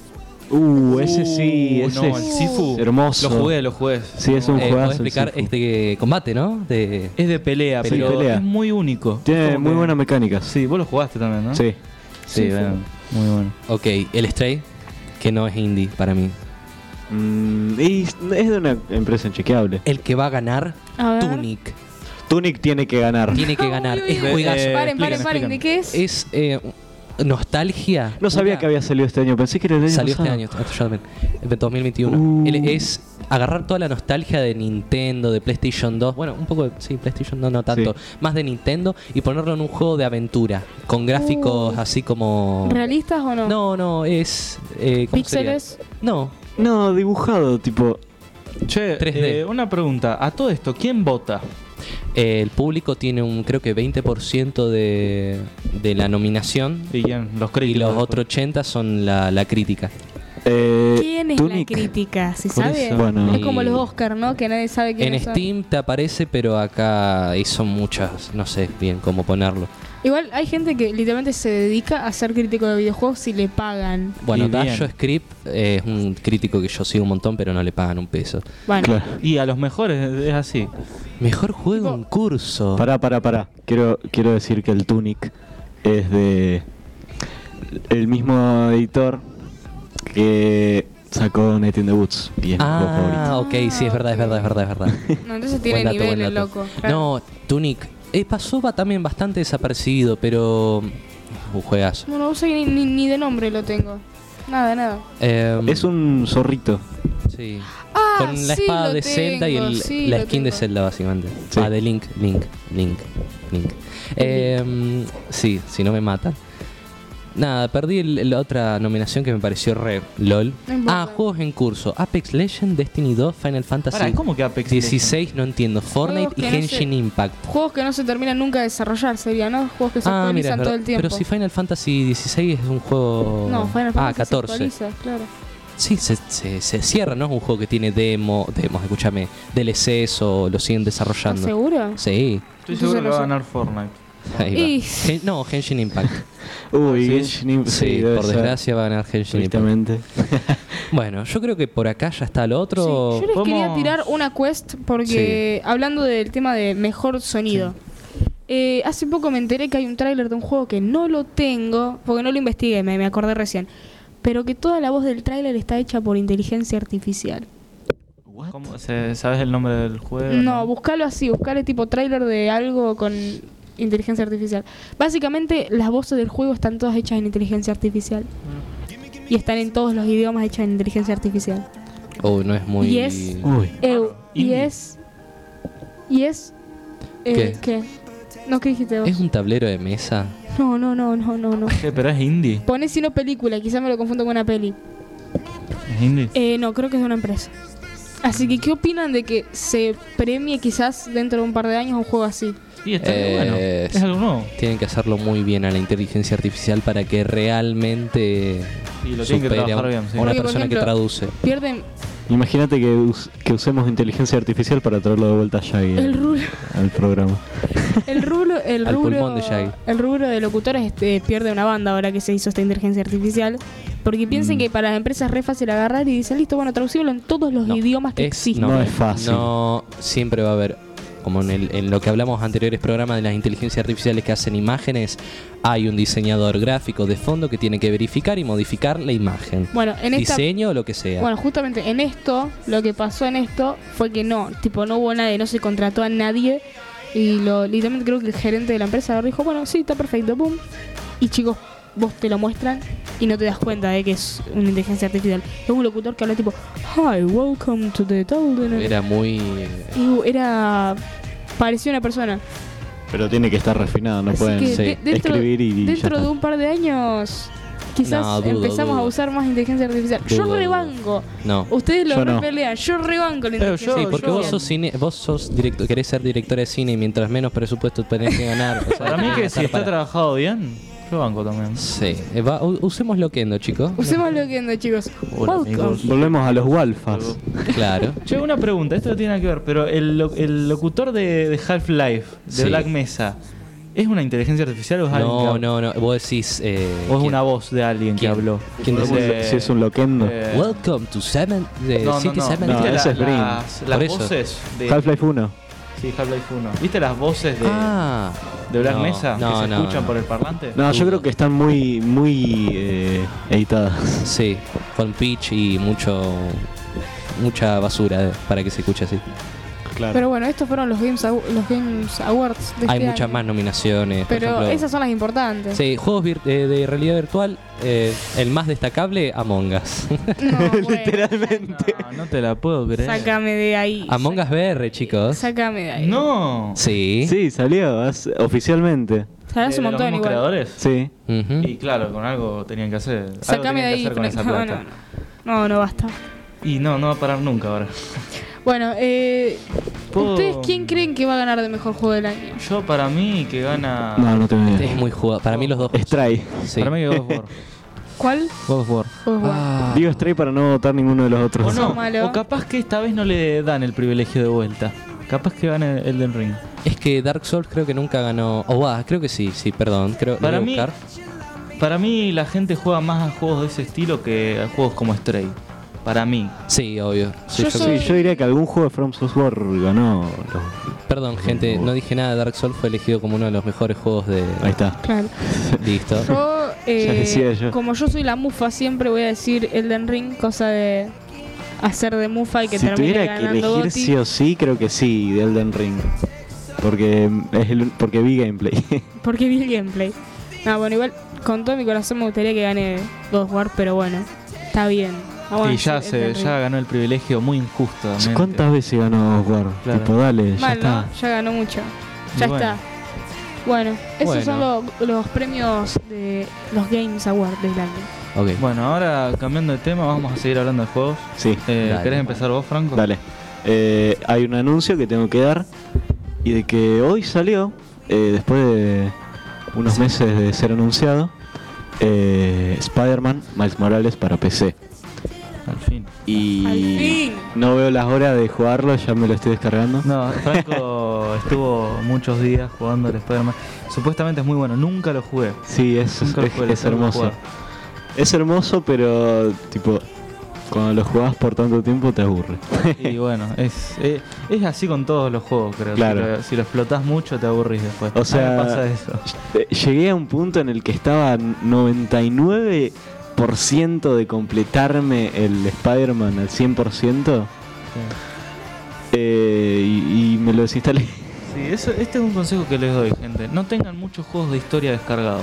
S3: Uh, ese sí,
S4: Uh,
S3: ese
S4: no, el
S3: es
S4: Sifu.
S3: hermoso.
S4: Lo jugué, lo jugué.
S3: Sí, es un
S1: Eh,
S3: juegazo.
S1: podés
S3: el
S1: explicar
S3: Sifu.
S1: este combate, ¿no? De,
S4: Es de pelea,
S3: Sí,
S4: pero
S3: pelea.
S4: es muy único. Es
S3: Tiene
S4: como
S3: muy
S4: que-
S3: buenas mecánicas.
S4: Sí, vos lo jugaste también, ¿no?
S3: Sí.
S4: Sí,
S2: Sí,
S4: bueno, muy bueno.
S1: Ok, el Stray, que no es indie para mí.
S3: Mm, y es de una empresa inchequeable.
S1: El que va a ganar,
S2: A ver.
S1: Tunic.
S3: Tunic tiene que ganar.
S1: Tiene que
S2: Uy,
S1: ganar.
S2: uy,
S1: Es
S2: uy.
S1: juegazo.
S4: Eh,
S2: paren, paren,
S4: explíquenme,
S2: paren. ¿De
S4: explíquenme.
S2: qué
S1: Es
S2: es?
S1: eh, nostalgia.
S3: No sabía
S1: Una-
S3: que había salido este año, pensé que era el año
S1: Salió este
S3: pasado.
S1: año, esto ya también, en 2021.
S3: Uh.
S1: Él es agarrar toda la nostalgia de Nintendo, de PlayStation 2, bueno, un poco de, sí, PlayStation 2 no tanto, más de Nintendo, y ponerlo en un juego de aventura, con gráficos
S2: Uh.
S1: así como...
S2: ¿Realistas o no?
S1: No, no, es... Eh, ¿cómo sería?
S2: ¿Píxeles?
S1: No,
S3: No, dibujado, tipo.
S4: Che,
S1: 3D.
S4: eh, una pregunta. A todo esto, ¿quién vota?
S1: eh, el público tiene un creo que 20% de, de la nominación
S4: Y quién, los
S1: y
S4: críticos.
S1: los
S4: después.
S1: otros 80 son la, la crítica.
S3: Eh,
S2: ¿Quién es
S3: Tunic.
S2: la crítica? ¿Se
S4: Por
S2: sabe?
S4: eso.
S3: Bueno.
S2: Es como los Oscar, ¿no? Que nadie sabe
S1: En
S2: quién es.
S1: Steam te aparece, pero acá hizo muchas, no sé bien cómo ponerlo.
S2: Igual hay gente que literalmente se dedica a ser crítico de videojuegos si le pagan.
S1: Bueno,
S4: Y bien.
S1: Dasho Script eh, es un crítico que yo sigo un montón, pero no le pagan un peso.
S2: Bueno,
S3: Claro.
S4: Y a los mejores es así.
S1: Mejor juego
S2: Tipo-
S1: en curso.
S3: Pará, pará, pará. Quiero, quiero decir que el Tunic es de. El mismo editor que sacó Night in the Woods. Y es mi juego favorito.
S1: ah, ok, sí, es verdad, es verdad, es verdad, es verdad.
S2: no, entonces tiene
S1: Buen dato,
S2: nivel
S1: buen
S2: el
S1: dato.
S2: loco. claro.
S1: No, Tunic. eh, pasó ba- también bastante desapercibido, pero. Un juegazo.
S2: No, no sé ni, ni- ni de nombre lo tengo. Nada, nada.
S1: Eh,
S3: Es un zorrito.
S1: sí.
S2: Ah,
S1: Con la
S2: sí,
S1: espada
S2: lo
S1: de Zelda y
S2: tengo,
S1: el-
S2: sí,
S1: la
S2: lo
S1: skin de
S2: tengo.
S1: Zelda, básicamente.
S3: Sí.
S1: Ah, de Link, Link, Link, Link. Eh, sí, si no me matan. Nada, perdí el- la otra nominación que me pareció re LOL.
S2: No importa.
S1: Ah, juegos en curso. Apex Legends, Destiny 2, Final Fantasy
S4: Pará, ¿cómo que Apex
S1: 16, no entiendo.
S2: Juegos
S1: Fortnite y
S2: que no
S1: Genshin
S2: sé.
S1: Impact.
S2: Juegos que no se terminan nunca de desarrollar sería, ¿no? Juegos que se
S1: Ah, mira,
S2: actualizan
S1: es
S2: todo
S1: verdad.
S2: el tiempo.
S1: pero si Final Fantasy 16 es un juego...
S2: no, Final Fantasy
S1: Ah, 14.
S2: se actualiza, claro.
S1: Sí, se, se, se cierra, ¿no? Es un juego que tiene demo, demos, escúchame, DLCs o lo siguen
S2: ¿Estás
S1: desarrollando.
S2: Ah, seguro?
S1: Sí.
S4: Estoy seguro que va a ganar Fortnite.
S1: Ahí va.
S2: Y-
S1: Gen- no, Genshin Impact.
S3: Uy,
S4: sí.
S3: Genshin Impact.
S1: sí,
S3: debe
S1: por
S3: ser,
S1: desgracia va a ganar Genshin Impact.
S3: Tristemente.
S1: Bueno, yo creo que por acá ya está lo
S2: Sí,
S1: otro.
S2: yo les quería
S4: podemos-
S2: tirar una quest porque hablando del tema de mejor sonido. eh, hace poco me enteré que hay un tráiler de un juego que no lo tengo, porque no lo investigué, me, me acordé recién. Pero que toda la voz del tráiler está hecha por inteligencia artificial.
S4: ¿Cómo se- ¿Sabes el nombre del juego?
S2: No, buscalo así, buscale tipo tráiler de algo con inteligencia artificial. Básicamente las voces del juego están todas hechas en inteligencia artificial. Y están en todos los idiomas hechas en inteligencia artificial.
S1: Oh, no es muy.
S2: Y es-
S3: Uy,
S2: Eu,
S1: Ah,
S2: y
S4: Indie.
S2: es. Y es. eh,
S1: ¿Qué?
S2: ¿Qué? No, ¿qué dijiste vos?
S1: Es un tablero de mesa.
S2: No, no, no, no, no, no.
S4: Eh, pero es indie.
S2: Poné sino película, quizá me lo confundo con una peli.
S4: Es indie.
S2: Eh, no, creo que es de una empresa. Así que, ¿qué opinan de que se premie quizás dentro de un par de años un juego así?
S4: Sí, está
S1: eh,
S4: bueno. Es
S1: sí.
S4: algo nuevo.
S1: Tienen que hacerlo muy bien a la inteligencia artificial para que realmente
S4: Y lo tienen que
S1: supere a
S4: trabajar
S1: un-
S4: bien, sí.
S1: a una
S2: Porque, por
S1: persona que
S2: ejemplo,
S1: traduce.
S2: Pierden
S3: imagínate que, us- que usemos inteligencia artificial para traerlo de vuelta a Shaggy
S2: el
S3: al,
S2: rubro.
S3: al programa.
S2: El rubro, el
S1: Al
S2: rubro,
S1: pulmón de Shaggy.
S2: el rubro de locutores este, pierde una banda ahora que se hizo esta inteligencia artificial. Porque piensen
S1: Mm.
S2: que para las empresas es re fácil agarrar y dicen, listo, bueno, traducirlo en todos los
S1: No,
S2: idiomas que
S1: es-
S2: existen.
S3: No es fácil.
S1: No, siempre va a haber, como en, el- en lo que hablamos anteriores programas de las inteligencias artificiales que hacen imágenes, hay un diseñador gráfico de fondo que tiene que verificar y modificar la imagen.
S2: Bueno, en esta,
S1: Diseño o lo que sea.
S2: bueno, justamente en esto, lo que pasó en esto fue que no, tipo, no hubo nadie, no se contrató a nadie. Y lo, literalmente creo que el gerente de la empresa agarró y dijo, bueno, sí, está perfecto, boom. Y chicos, vos te lo muestran y no te das cuenta de que es una inteligencia artificial. Es un locutor que habla tipo, hi, welcome to the Golden Age".
S1: Era muy...
S2: Y era. parecía una persona.
S3: Pero tiene que estar refinado, no
S2: Así
S3: pueden
S2: que
S1: sí,
S2: de- dentro,
S3: escribir y, y ya
S2: dentro
S3: está.
S2: de un par de años. Quizás
S1: No, dudo,
S2: empezamos
S1: dudo.
S2: a usar más inteligencia artificial.
S1: Dudo,
S2: yo
S1: dudo.
S2: rebanco.
S1: No.
S2: Ustedes lo
S3: Yo no.
S2: repelean. Yo rebanco la
S4: Pero
S2: inteligencia
S1: Sí,
S4: yo-
S1: porque
S2: artificial.
S1: vos sos cine, vos sos directo, querés ser directora de cine y mientras menos presupuesto tenés que ganar. o sea,
S4: Para mí
S1: tenés
S4: que si
S1: gastar
S4: está
S1: para-
S4: trabajado bien, yo banco también.
S1: Sí, eh, va- u- usemos Loquendo, chicos.
S2: Usemos lo que ando, chicos.
S4: Hola,
S2: Welcome.
S4: amigos.
S3: Volvemos a los Walfas.
S1: Claro.
S4: Che, una pregunta, esto no tiene nada que ver, pero el, lo- el locutor de, de Half-Life, de
S1: Sí.
S4: Black Mesa, ¿es una inteligencia artificial o es alguien
S1: No,
S4: que-
S1: no, no. Vos decís. Eh,
S4: o es
S1: ¿quién?
S4: una voz de alguien que
S1: ¿Quién?
S4: habló?
S1: ¿Quién
S4: Ese-
S1: decís?
S3: Si es un loquendo.
S4: eh,
S1: Welcome to seven, eh,
S4: no, no,
S1: City
S4: no.
S1: Seven.
S3: No,
S4: ¿Viste
S3: ese
S4: la-
S3: es Green.
S4: Las, las
S1: Por eso.
S4: voces de
S3: Half-Life 1.
S4: sí, Half-Life 1. ¿Viste las voces de,
S1: Ah,
S4: de Black
S1: no,
S4: Mesa que
S1: no,
S4: se
S1: no,
S4: escuchan
S1: no.
S4: por el parlante?
S3: No, yo creo que están muy, muy eh, editadas.
S1: Sí, con pitch y mucho. Mucha basura eh, para que se escuche así.
S3: Claro.
S2: Pero bueno, estos fueron los Games, Aw- los games Awards. De
S1: Hay
S2: este
S1: muchas
S2: año.
S1: más nominaciones. por
S2: Pero
S1: ejemplo.
S2: esas son las importantes.
S1: Sí, juegos vir- eh, de realidad virtual. eh, el más destacable, Among Us.
S2: No, bueno,
S4: No, no te la puedo creer.
S2: Sácame de ahí.
S1: Among Us VR, chicos.
S2: Sácame de ahí.
S4: No.
S1: Sí.
S3: Sí, salió hace- oficialmente.
S2: Sabes
S4: ¿De
S2: un
S4: los
S2: montón
S4: mismos
S2: igual.
S4: creadores?
S3: Sí.
S1: Ujú.
S4: Y claro, con algo tenían que hacer. algo
S2: Sácame de
S4: tenían que
S2: ahí.
S4: hacer con esa
S2: no,
S4: plata.
S2: no, no. No, no basta.
S4: Y no, no va a parar nunca ahora.
S2: Bueno, eh,
S4: Puedo-
S2: ¿ustedes quién creen que va a ganar de mejor juego del año?
S4: Yo para mí que gana...
S3: No, no tengo
S1: Este Es
S3: idea.
S1: muy jugado. Para mí los dos.
S3: Stray.
S1: Sí.
S4: Para mí que God of War.
S2: ¿Cuál?
S4: God of War.
S2: God of War.
S1: Ah.
S3: Digo Stray para no votar ninguno de los
S4: O
S3: otros.
S2: Son
S4: Oh, no,
S2: malos.
S4: o capaz que esta vez no le dan el privilegio de vuelta. Capaz que gane Elden Ring.
S1: Es que Dark Souls creo que nunca ganó. O va, creo que sí, sí, perdón. Creo, lo
S4: Para
S1: voy
S4: mí,
S1: a buscar.
S4: para mí la gente juega más a juegos de ese estilo que a juegos como Stray. Para mí.
S1: Sí, obvio. Sí,
S2: Yo
S1: yo-
S2: soy-
S3: Sí, yo diría que algún juego de From Software ganó.
S1: Perdón, gente, no dije nada. Dark Souls fue elegido como uno de los mejores juegos de.
S3: Ahí está.
S2: Claro.
S1: Listo.
S2: Yo, eh,
S3: Ya decía yo.
S2: como yo soy la mufa, siempre voy a decir Elden Ring, cosa de hacer de mufa y que
S3: si
S2: termine
S3: tuviera que
S2: ganando Gotti.
S3: elegir sí o sí, creo que sí, de Elden Ring. Porque es el, porque vi gameplay.
S2: Porque vi el gameplay. Ah, bueno, igual con todo mi corazón me gustaría que gane God of War, pero bueno, está bien. Vamos a
S4: y ya,
S2: decir
S4: se,
S2: Ah, Elden Ring.
S4: ya ganó el privilegio muy injusto. realmente.
S3: ¿Cuántas veces ganó God of War?
S4: Claro.
S3: Tipo, dale, ya
S2: Mal,
S3: está.
S2: ¿no? Ya ganó mucho. Ya
S4: Y bueno.
S2: está. Bueno, esos
S1: Bueno.
S2: son lo- los premios de los Games Awards del año.
S1: Ok.
S4: Bueno, ahora cambiando de tema, vamos a seguir hablando de juegos.
S3: Sí.
S4: Eh,
S1: Dale.
S4: ¿Querés empezar vos, Franco?
S3: Dale. Eh, hay un anuncio que tengo que dar y de que hoy salió, eh, después de unos meses de ser anunciado, eh, Spider-Man Miles Morales para PC.
S4: Al fin.
S3: Y
S2: Al fin.
S3: no veo las horas de jugarlo, ya me lo estoy descargando.
S4: No, Franco estuvo muchos días jugando al Spider-Man. Supuestamente es muy bueno, nunca lo jugué.
S3: Sí, es, es,
S4: Nunca lo jugué, lo
S3: es
S4: tengo que
S3: hermoso.
S4: jugar.
S3: Es hermoso, pero tipo, Cuando lo jugás por tanto tiempo te aburre.
S4: Y bueno, es, eh, es así con todos los juegos, creo.
S3: Claro.
S4: Si, lo, si lo explotás mucho, te aburrís después.
S3: O sea,
S4: A mí me pasa eso.
S3: Eh, Llegué a un punto en el que estaba 99% de completarme el Spider-Man al 100% eh, y, y me lo desinstalé.
S4: Sí, eso, este es un consejo que les doy, gente. No tengan muchos juegos de historia descargados.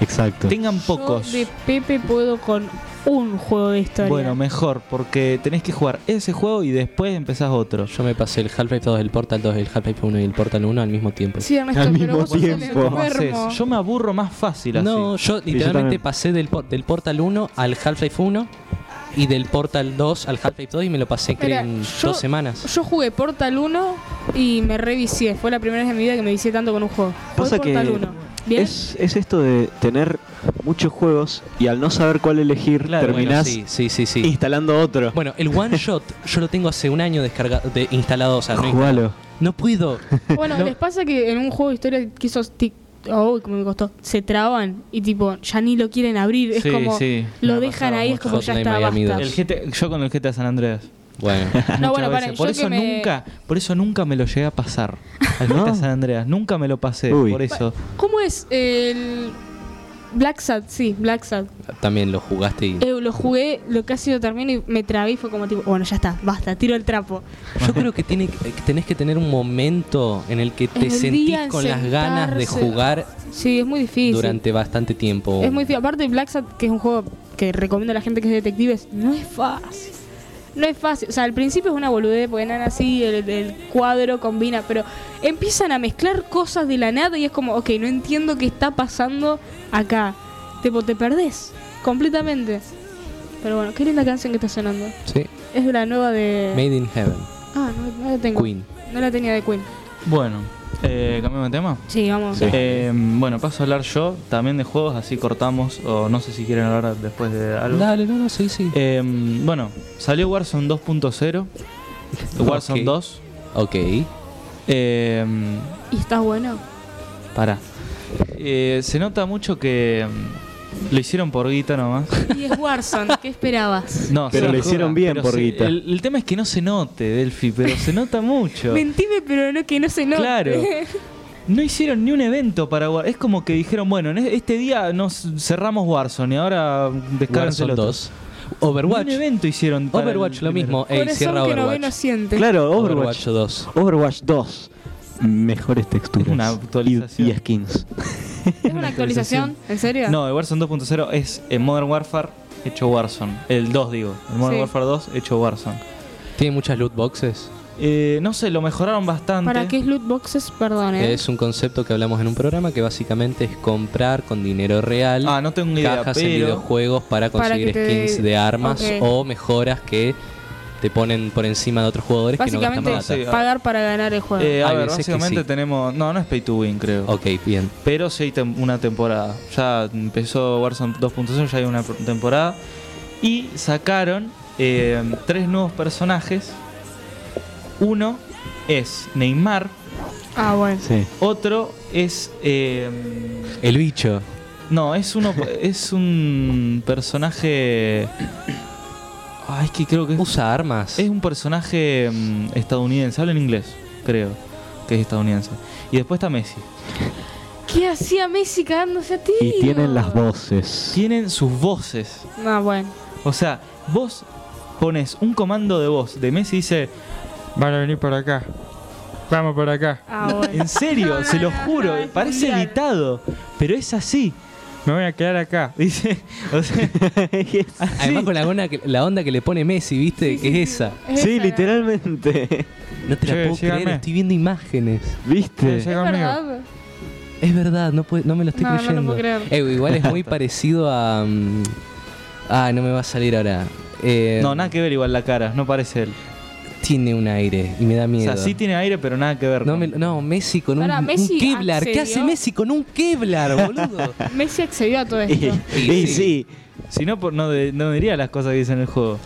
S3: Exacto.
S4: Tengan pocos.
S2: Yo de Pepe puedo con un juego de historia.
S4: Bueno, mejor, porque tenés que jugar ese juego y después empezás otro.
S1: Yo me pasé el Half-Life 2, el Portal 2, el Half-Life 1 y el Portal 1 al mismo tiempo.
S2: sí, Ernesto,
S3: Al
S2: pero
S3: mismo
S2: vos sos un
S3: tiempo.
S4: ¿Cómo haces?
S2: enfermo.
S4: Yo me aburro más fácil así.
S1: No, yo
S3: yo
S1: literalmente
S3: también.
S1: pasé del, por- del Portal 1 al Half-Life 1 y del Portal 2 al Half-Life 2 y me lo pasé creo,
S2: Mira,
S1: en
S2: yo-
S1: dos semanas.
S2: Yo jugué Portal 1 y me revicié. Fue la primera vez en mi vida que me vicié tanto con un juego. Fue
S3: Pasa que
S2: Portal 1. ¿Bien?
S3: Es, es esto de tener muchos juegos y al no saber cuál elegir
S4: Claro, bueno,
S3: terminás
S1: sí, sí, sí, sí.
S3: instalando otro.
S1: Bueno, el One Shot yo lo tengo hace un año descargado, de, instalado, o sea, no, instalado.
S3: Jugalo.
S1: No puedo.
S2: Bueno,
S1: No.
S2: ¿les pasa que en un juego de historia que esos tic... Oh, como me costó. Se traban y tipo, ya ni lo quieren abrir. Es
S4: Sí,
S2: como,
S4: sí.
S2: lo
S4: Me ha
S2: dejan
S4: pasado
S2: ahí, es
S4: mucho.
S2: como ya
S1: Hotline
S2: está,
S1: Miami
S2: basta.
S4: El GTA yo con el GTA San Andreas.
S1: Bueno,
S2: No,
S4: Muchas
S2: bueno,
S4: veces.
S2: paren,
S4: por
S2: yo
S4: eso
S2: que me-
S4: nunca, por eso nunca me lo llegué a pasar. Al
S3: ¿No?
S4: GTA San Andreas, nunca me lo pasé,
S3: Uy.
S4: por eso.
S2: ¿Cómo es el... Black Sad? Sí, Black Sad.
S1: también lo jugaste y...
S2: Eh, lo jugué, lo casi lo termino y me trabé y fue como tipo, bueno, ya está, basta, tiro el trapo.
S1: Yo creo que, tiene, que tenés que tener un momento en el que te
S2: El
S1: sentís
S2: día en
S1: con las ganas de
S2: sentarse.
S1: jugar
S2: Sí, es muy difícil.
S1: durante bastante tiempo.
S2: Es muy difícil. Aparte, Black Sat, que es un juego que recomiendo a la gente que es detectives, no es fácil. No es fácil. O sea, al principio es una boludez, porque nada así, el, el cuadro combina, pero empiezan a mezclar cosas de la nada y es como, ok, no entiendo qué está pasando acá. Tipo, te perdés completamente. Pero bueno, qué linda canción que está sonando.
S1: Sí,
S2: Es de la nueva de.
S1: Made in Heaven,
S2: Ah, no, no la tengo.
S1: Queen.
S2: No la tenía de Queen.
S4: Bueno, eh, cambiamos de tema.
S2: Sí, vamos.
S3: Sí.
S4: Eh, bueno, paso a hablar yo también de juegos, así cortamos, o no sé si quieren hablar después de algo.
S1: Dale, no, no, sí, sí.
S4: Eh, bueno, salió Warzone 2.0, Warzone
S1: Ok.
S4: 2.
S1: Ok.
S4: Eh,
S2: ¿Y está bueno?
S4: pará. Eh, se nota mucho que mm, lo hicieron por guita nomás.
S2: Y es Warzone, ¿qué esperabas?
S4: No,
S3: Pero
S4: sí,
S3: lo hicieron bien
S4: pero
S3: por
S4: se-
S3: guita.
S4: El, el tema es que no se note, Delphi, pero se nota mucho.
S2: Mentime, pero no que no se note.
S4: Claro. No hicieron ni un evento para Warzone. Es como que dijeron, bueno, en e- este día nos cerramos Warzone y ahora descárganse
S1: Warzone
S4: los
S1: 2.
S4: Un
S1: Overwatch.
S4: evento hicieron. para
S1: Overwatch
S4: el
S1: lo
S4: primero.
S1: mismo. Ey,
S2: Corazón
S1: cierra
S2: que no ve
S1: Overwatch.
S2: no siente.
S3: Claro,
S1: Overwatch
S3: Overwatch.
S1: 2.
S3: Overwatch 2. Mejores texturas.
S4: Una
S3: Y-
S4: actualización.
S3: Y, skins.
S2: ¿Es una actualización? ¿En serio?
S4: No, el Warzone 2.0 es el Modern Warfare hecho Warzone. El 2, digo. El Modern
S2: Sí.
S4: Warfare 2 hecho Warzone.
S1: Tiene muchas loot boxes.
S4: Eh, no sé, lo mejoraron bastante.
S2: ¿Para qué es loot boxes? Perdón, ¿eh?
S1: Es un concepto que hablamos en un programa que básicamente es comprar con dinero real
S4: Ah, no tengo idea,
S1: cajas en
S4: pero.
S1: videojuegos para
S2: Para
S1: conseguir
S2: que te-
S1: skins de armas
S2: Ok.
S1: o mejoras que te ponen por encima de otros jugadores que no gastan
S2: Básicamente,
S1: plata.
S4: sí.
S2: pagar para ganar el juego.
S4: Eh, a
S1: Hay
S4: ver,
S1: veces que
S4: básicamente
S1: sí.
S4: tenemos. No, no es pay to win, creo.
S1: Ok, bien.
S4: Pero sí hay tem- una temporada. Ya empezó Warzone 2.0, ya hay una pr- temporada. Y sacaron eh, tres nuevos personajes. Uno es Neymar,
S2: ah, bueno.
S3: Sí.
S4: otro es... eh,
S1: El bicho.
S4: no, es, uno, es un personaje... Ay, es que creo que es,
S1: Usa armas.
S4: es un personaje mm, estadounidense. Habla en inglés, creo. Que es estadounidense. Y después está Messi.
S2: ¿Qué hacía Messi cagándose a ti?
S3: Y tienen las voces.
S4: Tienen sus voces.
S2: Ah, bueno.
S4: O sea, vos pones un comando de voz de Messi y dice, van a venir por acá, vamos por acá.
S2: Ah, bueno.
S4: En serio, se lo juro,
S2: Es
S4: parece
S2: mundial.
S4: editado, pero es así. Me voy a quedar acá, dice. O sea, así.
S1: Además con la onda, que, la onda que le pone Messi, ¿viste? que es esa.
S2: Es
S3: sí,
S2: esa,
S3: literalmente.
S1: No te la
S4: Che,
S1: puedo
S4: síganme.
S1: creer, estoy viendo imágenes.
S3: ¿Viste?
S2: ¿Es verdad?
S1: Es verdad, no, puede- no me lo estoy
S2: No, no lo
S1: creyendo.
S2: puedo creer.
S1: Eh, igual es muy parecido a... mm, ah, no me va a salir ahora. Eh,
S4: No, nada que ver igual la cara, no parece él.
S1: Tiene un aire y me da
S4: O
S1: miedo.
S4: sea, sí tiene aire, pero nada que ver.
S1: no,
S4: con-
S1: me- no, Messi con un,
S2: Pará,
S1: un
S2: Messi
S1: Kevlar. ¿Qué
S2: accedió.
S1: hace Messi con un Kevlar, boludo?
S2: Messi accedió a todo
S3: Y,
S1: Y
S2: esto.
S3: y
S1: sí.
S3: sí.
S4: Si no, por- no, de- no diría las cosas que dice en el juego.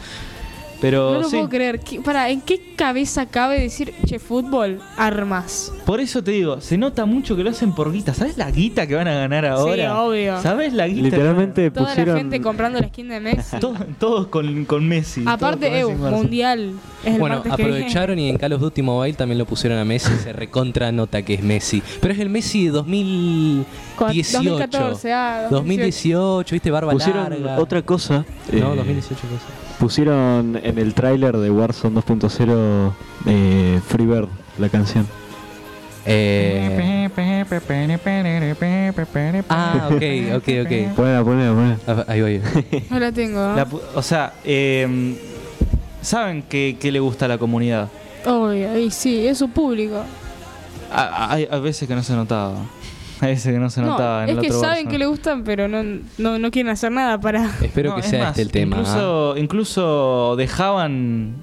S4: Pero
S2: No lo
S4: sí,
S2: puedo creer. ¿Qué- para, ¿en qué cabeza cabe decir, che, fútbol, armas?
S4: por eso te digo, se nota mucho que lo hacen por guita. ¿Sabes la guita que van a ganar ahora?
S2: obvio.
S4: ¿Sabes la guita? que van a
S3: Literalmente
S2: Toda
S3: pusieron.
S2: la gente comprando la skin de Messi.
S4: ganar? Todo- todos con, con Messi.
S2: Aparte,
S4: todos
S2: eu,
S4: con Messi en Barça.
S2: mundial. Es el
S1: Bueno,
S2: martes que viene.
S1: aprovecharon y en Call of Duty Mobile también lo pusieron a Messi. Se recontra nota que es Messi. Pero es el Messi de 2018.
S2: 2014, ah, 2018.
S1: 2018, viste, barba
S3: pusieron
S1: larga.
S3: otra cosa.
S1: No,
S3: eh,
S1: 2018 fue eso.
S3: Pusieron en el tráiler de Warzone 2.0 eh, Free Bird, la canción.
S1: Eh, ah, ok, ok, ok.
S3: Buena, buena, buena.
S1: Ah, Ahí voy.
S2: No la tengo.
S4: La pu- o sea, eh, saben que, que le gusta a la comunidad.
S2: Obvio, y sí, es su público.
S4: A- a- Hay, hay veces que no se notaba. Hay veces que no se notaba. en
S2: es
S4: el
S2: que
S4: otro
S2: saben
S4: Barça.
S2: que le gustan, pero no, no, no quieren hacer nada para.
S1: Espero
S4: No,
S1: que
S4: es
S1: sea
S4: más,
S1: este el tema. ¿ah?
S4: Incluso, incluso dejaban.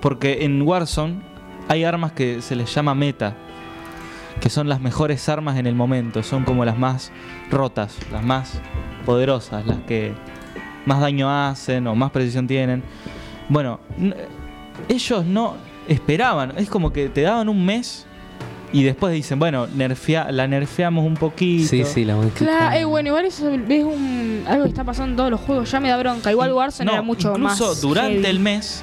S4: Porque en Warzone hay armas que se les llama meta. Que son las mejores armas en el momento. Son como las más rotas, las más poderosas, las que más daño hacen o más precisión tienen. Bueno, n- ellos no esperaban. Es como que te daban un mes. Y después dicen, bueno, nerfea, la nerfeamos un poquito.
S1: Sí, sí, la
S2: Claro, eh, bueno, igual eso es un, algo que está pasando en todos los juegos. Ya me da bronca. Igual Warzone
S4: No,
S2: era mucho más.
S4: Incluso durante
S2: heavy.
S4: el mes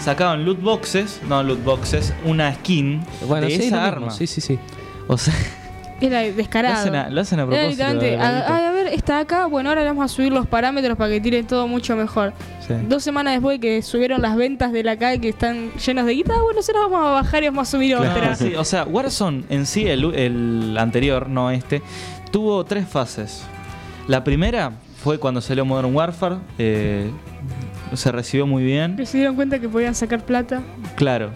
S4: sacaban loot boxes, no loot boxes, una skin
S1: Bueno,
S4: de
S1: sí,
S4: esa
S1: lo mismo,
S4: arma.
S1: sí, sí, sí.
S4: O sea,
S2: Era
S4: lo
S2: descarado.
S4: hacen, a, lo hacen a
S2: Era
S4: propósito.
S2: literalmente,
S4: la
S2: a,
S4: verdad.
S2: ay, a ver, está acá, bueno, ahora le vamos a subir los parámetros para que tire todo mucho mejor.
S4: Sí.
S2: Dos semanas después de que subieron las ventas de la calle que están llenas de guita, ah, bueno, se las vamos a bajar y vamos a subir
S4: No,
S2: otra.
S4: sí, o sea, Warzone en sí, el, el anterior, no este, tuvo tres fases. La primera fue cuando salió Modern Warfare, eh, se recibió muy bien.
S2: Y se dieron cuenta que podían sacar plata.
S4: Claro.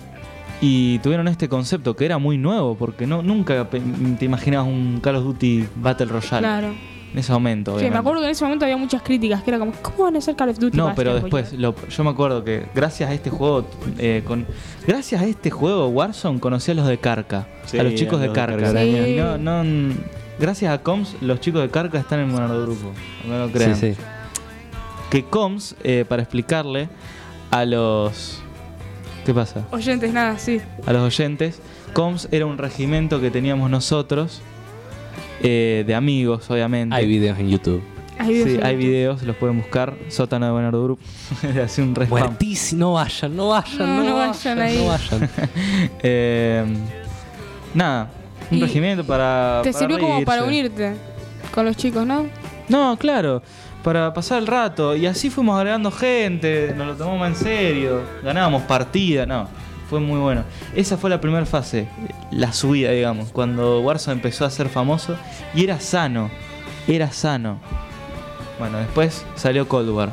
S4: Y tuvieron este concepto que era muy nuevo, porque no, nunca pe- te imaginabas un Call of Duty Battle Royale.
S2: Claro.
S4: En ese momento,
S2: Sí, me
S4: obviamente.
S2: acuerdo que en ese momento había muchas críticas, que era como, ¿cómo van a hacer Call of Duty?
S4: No,
S2: para
S4: pero
S2: hacer
S4: después,
S2: Boyard?
S4: lo- yo me acuerdo que gracias a este juego, eh, con, gracias a este juego Warzone conocí a los de Carca,
S3: Sí,
S4: a los chicos
S3: a
S4: de
S3: los de
S4: Carca.
S2: Carca. Sí.
S4: No, no, mm, gracias a Coms, los chicos de Carca están en monogrupo, no lo
S1: Sí,
S4: crean.
S1: sí.
S4: Que Coms, eh, para explicarle a los... ¿Qué pasa?
S2: Oyentes, nada, sí.
S4: a los oyentes, COMS era un regimiento que teníamos nosotros, eh, de amigos, obviamente.
S1: Hay videos en YouTube.
S2: Hay videos
S4: Sí,
S2: en
S4: hay
S2: YouTube.
S4: videos, los pueden buscar. Sótano de Buenardo Group. Hace un respam.
S1: Muertísimo, no vayan, no vayan,
S2: No,
S1: no,
S2: no vayan
S1: vayan,
S2: ahí.
S1: no vayan.
S4: Eh, nada, un
S2: Y
S4: regimiento para.
S2: Te
S4: para
S2: sirvió como para
S4: reírse.
S2: unirte con los chicos, ¿no?
S4: No, claro, para pasar el rato. Y así fuimos agregando gente, nos lo tomamos en serio, ganábamos partida, no. Fue muy bueno. Esa fue la primera fase, la subida, digamos, cuando Warzone empezó a ser famoso y era sano, era sano. Bueno, después salió Cold War.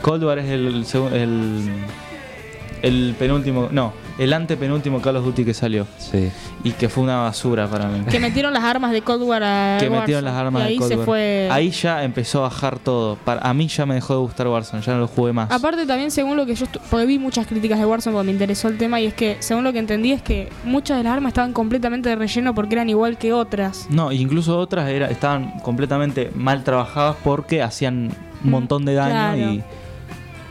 S4: Cold War es el, segu- el, el penúltimo, no, el antepenúltimo Call of Duty que salió
S1: Sí.
S4: y que fue una basura para mí
S2: Que metieron las armas de Cold War a
S4: que
S2: Warzone.
S4: metieron las armas
S2: y ahí
S4: de Cold
S2: se
S4: War.
S2: fue.
S4: Ahí ya empezó a bajar todo. Para, a mí ya me dejó de gustar Warzone, ya no lo jugué más.
S2: Aparte también según lo que yo estu- porque vi muchas críticas de Warzone cuando me interesó el tema y es que según lo que entendí es que muchas de las armas estaban completamente de relleno porque eran igual que otras.
S4: no, incluso otras era, estaban completamente mal trabajadas porque hacían un montón de daño
S2: claro.
S4: y.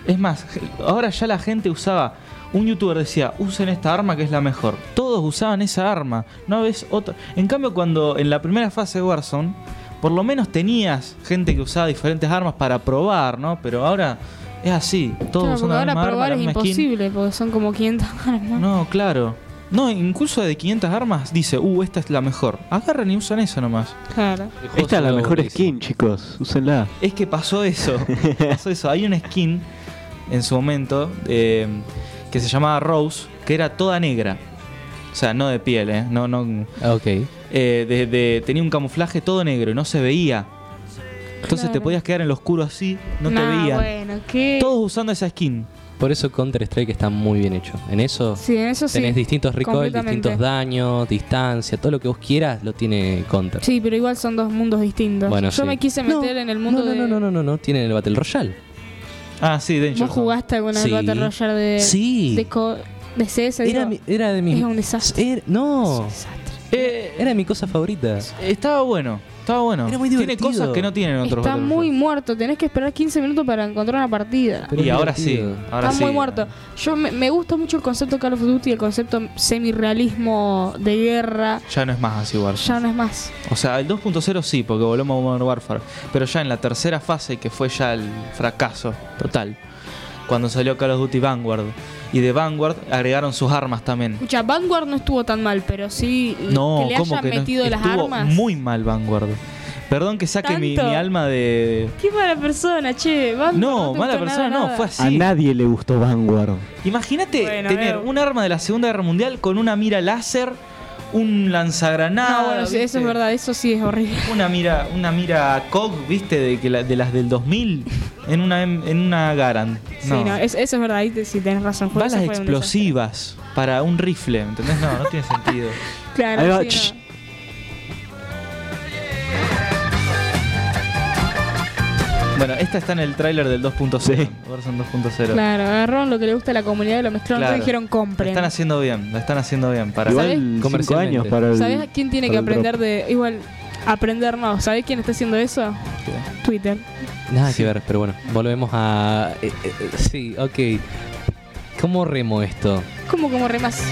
S4: Es más, ahora ya la gente usaba. Un youtuber decía, usen esta arma que es la mejor. Todos usaban esa arma. No ves otra. En cambio, cuando en la primera fase de Warzone, por lo menos tenías gente que usaba diferentes armas para probar, ¿no? Pero ahora es así. Todos
S2: Claro,
S4: usan
S2: porque
S4: la
S2: ahora
S4: misma arma,
S2: probar
S4: la
S2: es
S4: misma skin.
S2: imposible porque son como 500 armas.
S4: No, claro. No, incluso de 500 armas dice, uh, esta es la mejor. Agarran y usan eso nomás.
S2: Claro.
S3: Esta es la mejor
S1: buenísimo.
S3: skin, chicos. Úsenla.
S4: Es que pasó eso. pasó eso. Hay una skin en su momento eh, que se llamaba Rose, que era toda negra. O sea, no de piel, ¿eh? No, no.
S1: Ah, Ok.
S4: eh, de- de- tenía un camuflaje todo negro y no se veía. Entonces te
S2: Claro.
S4: podías quedar en lo oscuro así, no te
S2: Nah,
S4: veían.
S2: bueno, ¿qué?
S4: Todos usando esa skin.
S1: Por eso Counter Strike está muy bien hecho. En eso
S2: Sí, en eso sí.
S1: tenés distintos recoil,
S2: completamente.
S1: distintos daños, distancia, todo lo que vos quieras lo tiene Counter.
S2: Sí, pero igual son dos mundos distintos.
S1: Bueno,
S2: Yo
S1: sí.
S2: me quise meter en el mundo
S1: no, no,
S2: de
S1: no, no, no, no, no, tienen el Battle Royale.
S4: Ah, sí, Danger
S2: ¿Vos
S4: Zone.
S2: jugaste alguna
S1: Sí.
S2: vez Battle Royale de
S1: Sí.
S2: de, co- de CS?
S1: Era,
S2: digo?
S1: mi- era de mis
S2: Es un desastre.
S1: Era-
S2: Es
S1: no,
S2: un desastre.
S4: Eh,
S1: era mi cosa favorita.
S4: Estaba bueno. estaba bueno.
S1: Era muy
S4: tiene
S1: divertido.
S4: cosas que no tienen otros.
S2: Está
S4: Battle
S2: muy
S4: Royale.
S2: muerto, tenés que esperar 15 minutos para encontrar una partida.
S1: Pero
S4: Y
S1: es
S4: ahora sí.
S1: divertido.
S4: Ahora
S2: está muy
S4: sí.
S2: muerto. Yo me, me gusta mucho el concepto Call of Duty, el concepto semirrealismo de guerra.
S4: Ya no es más así Warzone.
S2: Ya no es más.
S4: O sea, el 2.0 sí, porque volvemos a Modern Warfare. Pero ya en la tercera fase, que fue ya el fracaso total, cuando salió Call of Duty Vanguard. Y de Vanguard agregaron sus armas también.
S2: Escucha, Vanguard no estuvo tan mal, pero sí
S4: No,
S2: que le
S4: ¿cómo
S2: hayan
S4: que no?
S2: metido las
S4: Estuvo
S2: armas.
S4: muy mal Vanguard. Perdón que saque mi,
S2: Tanto.
S4: mi alma de...
S2: Qué mala persona, che. Vanguard
S4: No,
S2: te
S4: mala
S2: gustó
S4: persona,
S2: nada,
S4: no,
S2: nada.
S4: fue
S3: A
S4: así.
S3: nadie le gustó Vanguard.
S4: Imagínate
S2: Bueno,
S4: tener
S2: veo.
S4: un arma de la Segunda Guerra Mundial con una mira láser, un lanzagranada.
S2: No, bueno, sí, eso
S4: ¿viste?
S2: es verdad, eso sí es horrible.
S4: Una mira, una mira COG, viste, de, que la- de las del 2000 en una, em- en una Garand.
S2: Sí,
S4: No.
S2: no, es- eso es verdad, ahí te- sí tenés razón. fue-
S4: Balas
S2: eso fue un desastre.
S4: explosivas para un rifle, ¿entendés? No, no tiene sentido.
S2: Claro,
S3: Ahí va,
S2: sí, no.
S3: ch-
S4: Bueno, esta está en el tráiler del 2.0.
S3: Sí.
S4: Warzone 2.0.
S2: Claro, agarraron lo que le gusta a la comunidad y lo mezclaron
S4: Claro.
S2: todo y dijeron
S4: La
S2: compren.
S4: están haciendo bien, la están haciendo bien. Para
S2: ¿Sabes?
S3: Igual 5
S1: Comercialmente.
S3: años para el.
S2: ¿Sabés a quién tiene que
S3: para el drop.
S2: aprender de.? Igual, aprender no. ¿Sabés quién está haciendo eso? Twitter.
S1: Nada
S4: Sí.
S1: que ver, pero bueno, volvemos a. eh, eh, eh, sí, ok. ¿Cómo remo esto?
S2: Como como remas.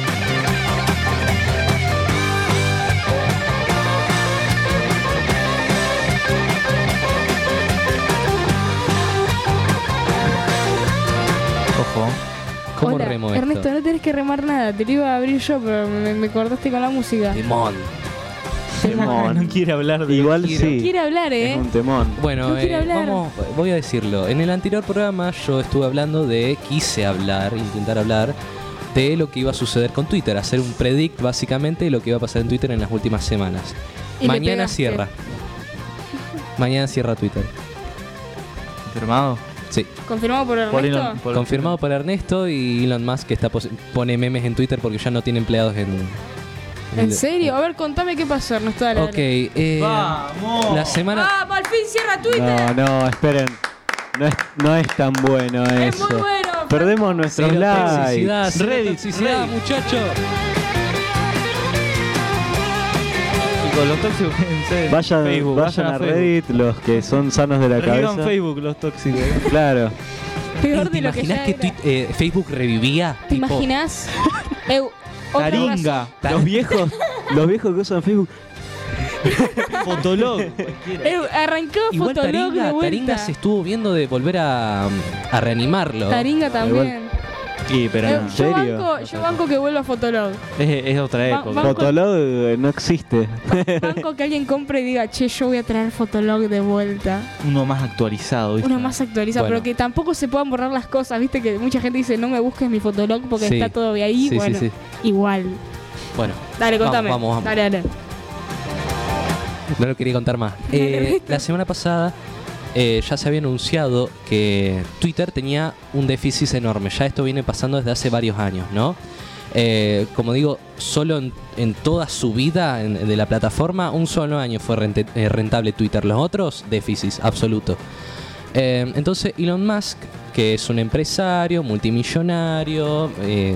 S4: Ojo.
S1: ¿Cómo
S2: Hola,
S1: remo esto?
S2: Ernesto, no tenés que remar nada. Te lo iba a abrir yo, pero me, me cortaste con la música.
S1: Timón.
S3: Temón.
S4: No quiere hablar de
S3: Igual
S1: quiero.
S3: sí.
S2: Quiere hablar, ¿eh?
S3: Es un temón.
S1: Bueno,
S2: No quiero
S1: eh,
S2: hablar.
S1: vamos, voy a decirlo. En el anterior programa yo estuve hablando de, quise hablar, intentar hablar de lo que iba a suceder con Twitter, hacer un predict básicamente de lo que iba a pasar en Twitter en las últimas semanas.
S2: Y le
S1: Mañana
S2: pegaste.
S1: cierra. Mañana cierra Twitter.
S4: Confirmado.
S1: Sí.
S2: Confirmado por Ernesto.
S4: Por Elon- por-
S1: Confirmado por Ernesto y Elon Musk que está pos- pone memes en Twitter porque ya no tiene empleados en.
S2: ¿En serio? A ver, contame qué pasó, Ernesto. Dale,
S1: Ok,
S2: dale.
S1: eh,
S4: Vamos.
S1: la semana.
S2: ¡Ah, por fin cierra Twitter!
S3: No, no, esperen. No es, no es tan bueno
S2: Es
S3: eso.
S2: muy bueno.
S3: Perdemos
S1: Cero
S3: nuestros
S1: toxicidad,
S3: likes.
S1: cero
S4: Reddit,
S1: toxicidad,
S4: Reddit.
S1: muchachos.
S4: Y con los tóxicos quédense en
S3: Vayan,
S4: Facebook,
S3: vayan a Reddit los que son sanos de la
S4: Revivan
S3: cabeza.
S4: Facebook los tóxicos.
S3: Claro.
S1: Eh,
S2: Peor
S1: ¿Te
S2: de lo que
S1: imaginas
S2: ya
S1: que,
S2: era.
S1: Twi- eh, Facebook revivía?
S2: ¿Te
S1: Tipo,
S2: imaginas? Eu, otra razón.
S4: Taringa,
S3: Los viejos, los viejos que usan Facebook.
S4: Fotolog.
S2: Eu, arrancó
S1: Igual
S2: Fotolog de
S1: Taringa,
S2: vuelta.
S1: Taringa se estuvo viendo de volver a, a reanimarlo.
S2: Taringa también.
S4: Sí, pero
S2: Eu- yo,
S4: no.
S3: ¿En serio?
S2: banco, yo banco que vuelva Fotolog.
S4: Es, es otra
S2: Va-
S4: época.
S2: va-
S3: Fotolog eh, no existe.
S2: Banco que alguien compre y diga, che, yo voy a traer Fotolog de vuelta.
S4: Uno más actualizado, ¿viste?
S2: Uno más actualizado,
S1: Bueno.
S2: pero que tampoco se puedan borrar las cosas. Viste que mucha gente dice, no me busques mi Fotolog porque
S1: Sí.
S2: está todo de ahí.
S1: Sí, sí,
S2: bueno,
S1: sí.
S2: igual.
S1: Bueno,
S2: Dale,
S1: Vamos,
S2: contame.
S1: vamos, vamos.
S2: Dale, dale.
S1: no lo quería contar más. Eh, la semana pasada eh, ya se había anunciado que Twitter tenía un déficit enorme. Ya esto viene pasando desde hace varios años, ¿no? Eh, como digo, solo en, en toda su vida en- de la plataforma, un solo año fue rente- eh, rentable Twitter. Los otros, déficit absoluto. Eh, entonces, Elon Musk, que es un empresario, multimillonario, eh,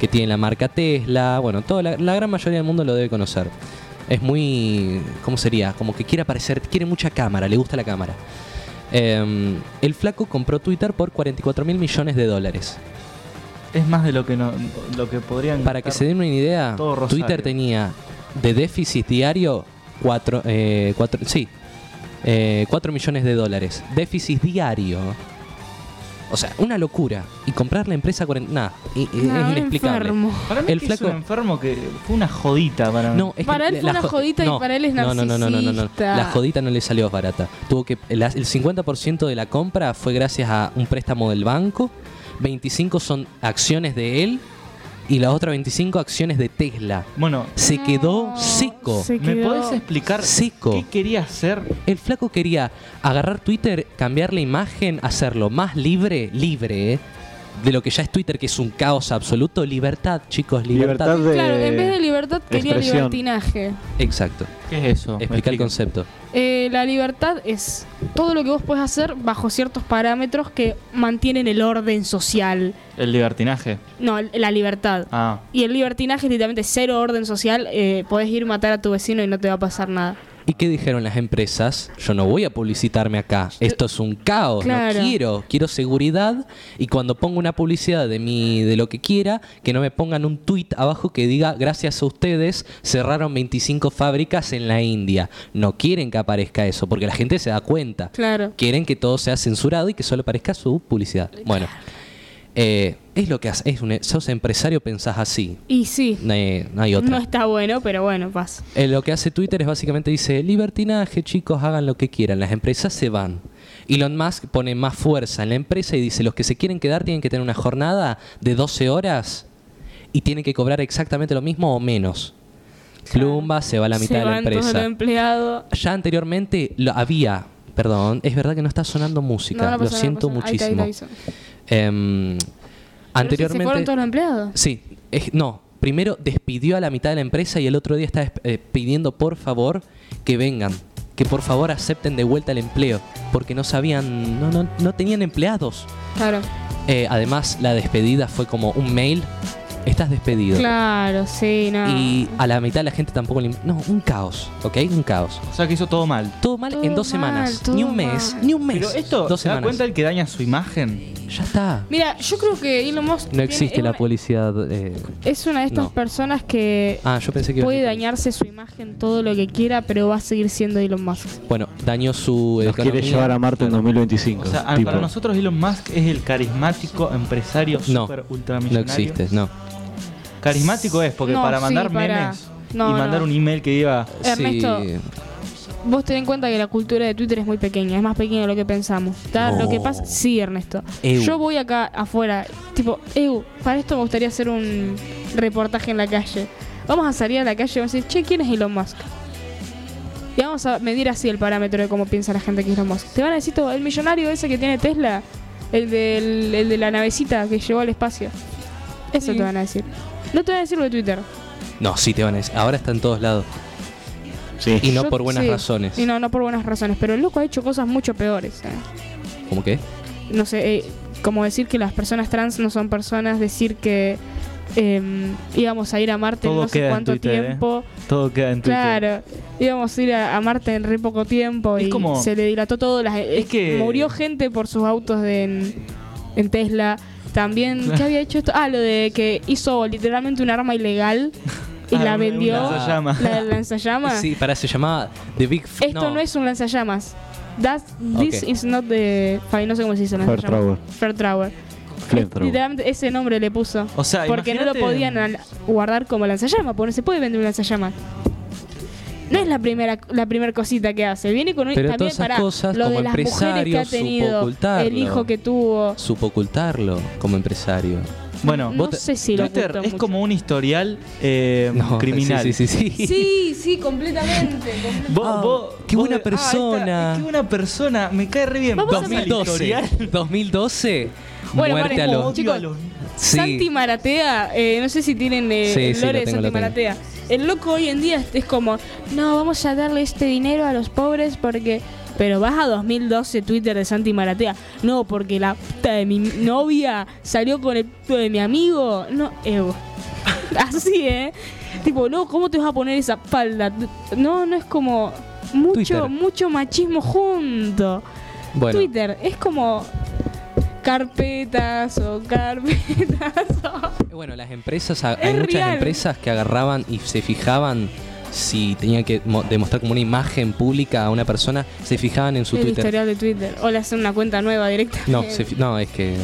S1: que tiene la marca Tesla, bueno, toda la, la gran mayoría del mundo lo debe conocer. Es muy. ¿Cómo sería? Como que quiere aparecer, quiere mucha cámara, le gusta la cámara. Eh, el flaco compró Twitter por 44 mil millones de dólares.
S4: Es más de lo que, no, lo que podrían.
S1: Para que se den una idea,
S4: Todo Rosario.
S1: Twitter tenía de déficit diario 4 eh, cuatro- sí, eh, cuatro millones de dólares. Déficit diario. O sea, una locura. Y comprar la empresa 40... Nada, i- i-
S2: No,
S1: es
S2: un
S1: inexplicable.
S2: enfermo.
S4: Para mí
S1: el
S4: que
S1: flaco-
S4: es un enfermo que fue una jodita para mí.
S1: No, es que
S2: Para él
S1: la-
S2: fue
S1: la
S2: una
S1: jo-
S2: jodita y para él es
S1: no, no, no, no, no, no, no.
S2: narcisista.
S1: La jodita no le salió barata. Tuvo que la- el 50% de la compra fue gracias a un préstamo del banco, 25 son acciones de él y las otras 25 acciones de Tesla.
S4: Bueno,
S1: Se quedó
S2: No,
S1: seco.
S2: se
S4: ¿me
S2: quedó-
S4: podés explicar
S1: Seco.
S4: qué quería hacer?
S1: El flaco quería agarrar Twitter, cambiar la imagen, hacerlo más libre, libre, ¿eh? de lo que ya es Twitter, que es un caos absoluto. Libertad, chicos, libertad.
S3: Libertad de.
S2: Claro, en vez de libertad quería
S3: expresión.
S2: libertinaje.
S1: Exacto.
S4: ¿Qué es eso? Me
S1: Explica el
S4: explica.
S1: concepto.
S2: Eh, la libertad es todo lo que vos podés hacer bajo ciertos parámetros que mantienen el orden social.
S4: El libertinaje.
S2: No, la libertad.
S4: Ah,
S2: Y el libertinaje es literalmente cero orden social. eh, podés ir a matar a tu vecino y no te va a pasar nada.
S1: ¿Y qué dijeron las empresas? Yo no voy a publicitarme acá. Esto es un caos.
S2: Claro.
S1: No quiero. Quiero seguridad. Y cuando pongo una publicidad de mi, de lo que quiera, que no me pongan un tweet abajo que diga gracias a ustedes cerraron 25 fábricas en la India. No quieren que aparezca eso porque la gente se da cuenta.
S2: Claro.
S1: Quieren que todo sea censurado y que solo aparezca su publicidad. Bueno, eh, es lo que haces. Es un- Sos empresario, pensás así.
S2: Y sí,
S1: No hay, no hay otra.
S2: no está bueno, pero bueno, pasa.
S1: Eh, lo que hace Twitter es básicamente dice, libertinaje, chicos, hagan lo que quieran, las empresas se van. Elon Musk pone más fuerza en la empresa y dice, los que se quieren quedar tienen que tener una jornada de 12 horas y tienen que cobrar exactamente lo mismo o menos. Plumba se va a la mitad
S2: Se
S1: de la
S2: van todos em- los
S1: empresa.
S2: empleados.
S1: Ya anteriormente lo había, perdón, es verdad que no está sonando música,
S2: No, no
S1: lo
S2: pasa nada,
S1: siento
S2: no pasa nada. Ahí está, ahí
S1: muchísimo.
S2: te aviso.
S1: Em,
S2: Pero sí, ¿Se fueron
S1: anteriormente...
S2: todos los empleados?
S1: Sí, es- no. Primero despidió a la mitad de la empresa y el otro día está desp- eh, pidiendo por favor que vengan, que por favor acepten de vuelta el empleo, porque no sabían, no, no, no tenían empleados.
S2: Claro.
S1: Eh, además, la despedida fue como un mail, estás despedido.
S2: Claro, sí, no.
S1: Y a la mitad la gente tampoco le... im- No, un caos, ¿ok? Un caos.
S4: O sea que hizo todo mal.
S1: Todo mal
S2: Todo
S1: en dos
S2: mal,
S1: semanas.
S2: todo
S1: Ni un mes,
S2: mal.
S1: ni un mes.
S4: Pero esto,
S1: dos
S4: ¿se da
S1: semanas.
S4: cuenta el que daña su imagen?
S1: Ya está.
S2: Mira, yo creo que Elon Musk
S1: No
S2: tiene-
S1: existe
S2: es
S1: la
S2: una-
S1: publicidad. eh.
S2: Es una de estas
S1: No.
S2: personas que
S1: Ah, yo pensé que... iba a
S2: puede
S1: ser-
S2: dañarse su imagen todo lo que quiera, pero va a seguir siendo Elon Musk.
S1: Bueno, dañó su...
S3: Nos quiere
S1: economía.
S3: llevar a Marte en 2025.
S4: O sea, a-
S3: tipo.
S4: para nosotros Elon Musk es el carismático empresario
S1: No,
S4: super
S1: No
S4: ultramillonario.
S1: existe, no.
S4: Carismático es, porque
S2: No,
S4: para
S2: sí,
S4: mandar
S2: para-
S4: memes
S2: no,
S4: y mandar
S2: no.
S4: un email que diga
S2: Ernesto.
S1: Sí.
S2: Vos ten en cuenta que la cultura de Twitter es muy pequeña, es más pequeña de lo que pensamos. ¿Está?
S1: No.
S2: Lo que pasa, sí, Ernesto.
S1: Eu.
S2: Yo voy acá afuera, tipo, eu, para esto me gustaría hacer un reportaje en la calle. Vamos a salir a la calle y vamos a decir, che, ¿quién es Elon Musk? Y vamos a medir así el parámetro de cómo piensa la gente que es Elon Musk. Te van a decir, todo, el millonario ese que tiene Tesla, el, del, el de la navecita que llevó al espacio. Eso te van a decir. No te van a decir lo de Twitter.
S1: No, sí te van a decir. Ahora está en todos lados.
S3: Sí.
S1: Y no
S2: Yo-
S1: por buenas
S2: sí.
S1: razones.
S2: Y no, no por buenas razones. Pero el loco ha hecho cosas mucho peores. ¿eh?
S1: ¿Cómo qué?
S2: no sé, eh, como decir que las personas trans no son personas, decir que em, íbamos a ir a Marte en
S4: Todo
S2: no sé
S4: queda en
S2: cuánto
S4: Twitter, ¿eh?
S2: tiempo.
S4: todo queda en Twitter.
S2: Claro, íbamos a ir a, a Marte en re poco tiempo
S4: Es
S2: y
S4: como-
S2: se le dilató todo. Las,
S4: Es que-
S2: Murió gente por sus autos de- en, en Tesla. También, ¿qué había hecho esto? Ah, lo de que hizo literalmente un arma ilegal y
S4: Ah,
S2: la
S4: una-
S2: vendió.
S4: una lanzallamas.
S2: La del lanzallamas.
S1: Sí, para se llamaba The Big F-
S2: Esto no. es un lanzallamas. That's, this
S1: Ok.
S2: is not the... Fabi, No sé cómo se dice lanzallamas.
S3: Flamethrower.
S2: Fairtrower.
S3: Flamethrower.
S2: Literalmente ese nombre le puso.
S4: O sea,
S2: porque no lo
S4: imagínate-
S2: podían al- guardar como lanzallamas, porque no se puede vender un lanzallamas. No es la primera la primera cosita que hace. Viene con un,
S1: Pero
S2: también
S1: todas esas
S2: pará,
S1: cosas,
S2: lo de
S1: como
S2: las mujeres que
S1: empresario,
S2: ha
S1: supo
S2: tenido,
S1: ocultarlo.
S2: el hijo que tuvo.
S1: Supo ocultarlo como empresario.
S4: Bueno,
S2: no
S1: vos te-
S2: sé si lo
S4: Twitter
S2: ocultó
S4: es
S2: mucho.
S4: como un historial eh,
S1: No,
S4: criminal.
S1: Sí, sí, sí. sí.
S2: Sí, sí, completamente. completamente.
S4: Vos-
S1: Ah,
S4: vos-
S1: qué
S4: vos-
S1: buena
S4: ah,
S1: persona.
S4: esta- qué buena persona. Me cae re bien.
S2: Vamos a
S4: Pasa el
S1: 2012.
S4: historial.
S1: 2012.
S2: Bueno,
S1: muerte a
S2: Maren,
S1: los.
S2: vos- Chicos,
S1: Sí.
S2: Santi Maratea, eh, no sé si tienen eh,
S1: Sí,
S2: el
S1: sí, lo
S2: lore de
S1: tengo,
S2: Santi
S1: lo tengo.
S2: Maratea. El loco hoy en día es- es como, no, vamos a darle este dinero a los pobres porque... Pero vas a 2012 Twitter de Santi Maratea. No, porque la puta de mi novia salió con el puto de mi amigo. No, Evo. Así, ¿eh? Tipo, no, ¿cómo te vas a poner esa falda? No, no es como... Mucho,
S1: Twitter.
S2: mucho machismo junto.
S1: Bueno,
S2: Twitter es como carpetas o carpetas. o-
S1: bueno, las empresas, hay
S2: Es
S1: muchas
S2: real.
S1: empresas que agarraban y se fijaban si tenían que mo- demostrar como una imagen pública a una persona, se fijaban en su
S2: el
S1: Twitter.
S2: historial de Twitter. O le hacen una cuenta nueva directamente.
S1: No, se fi- no, es que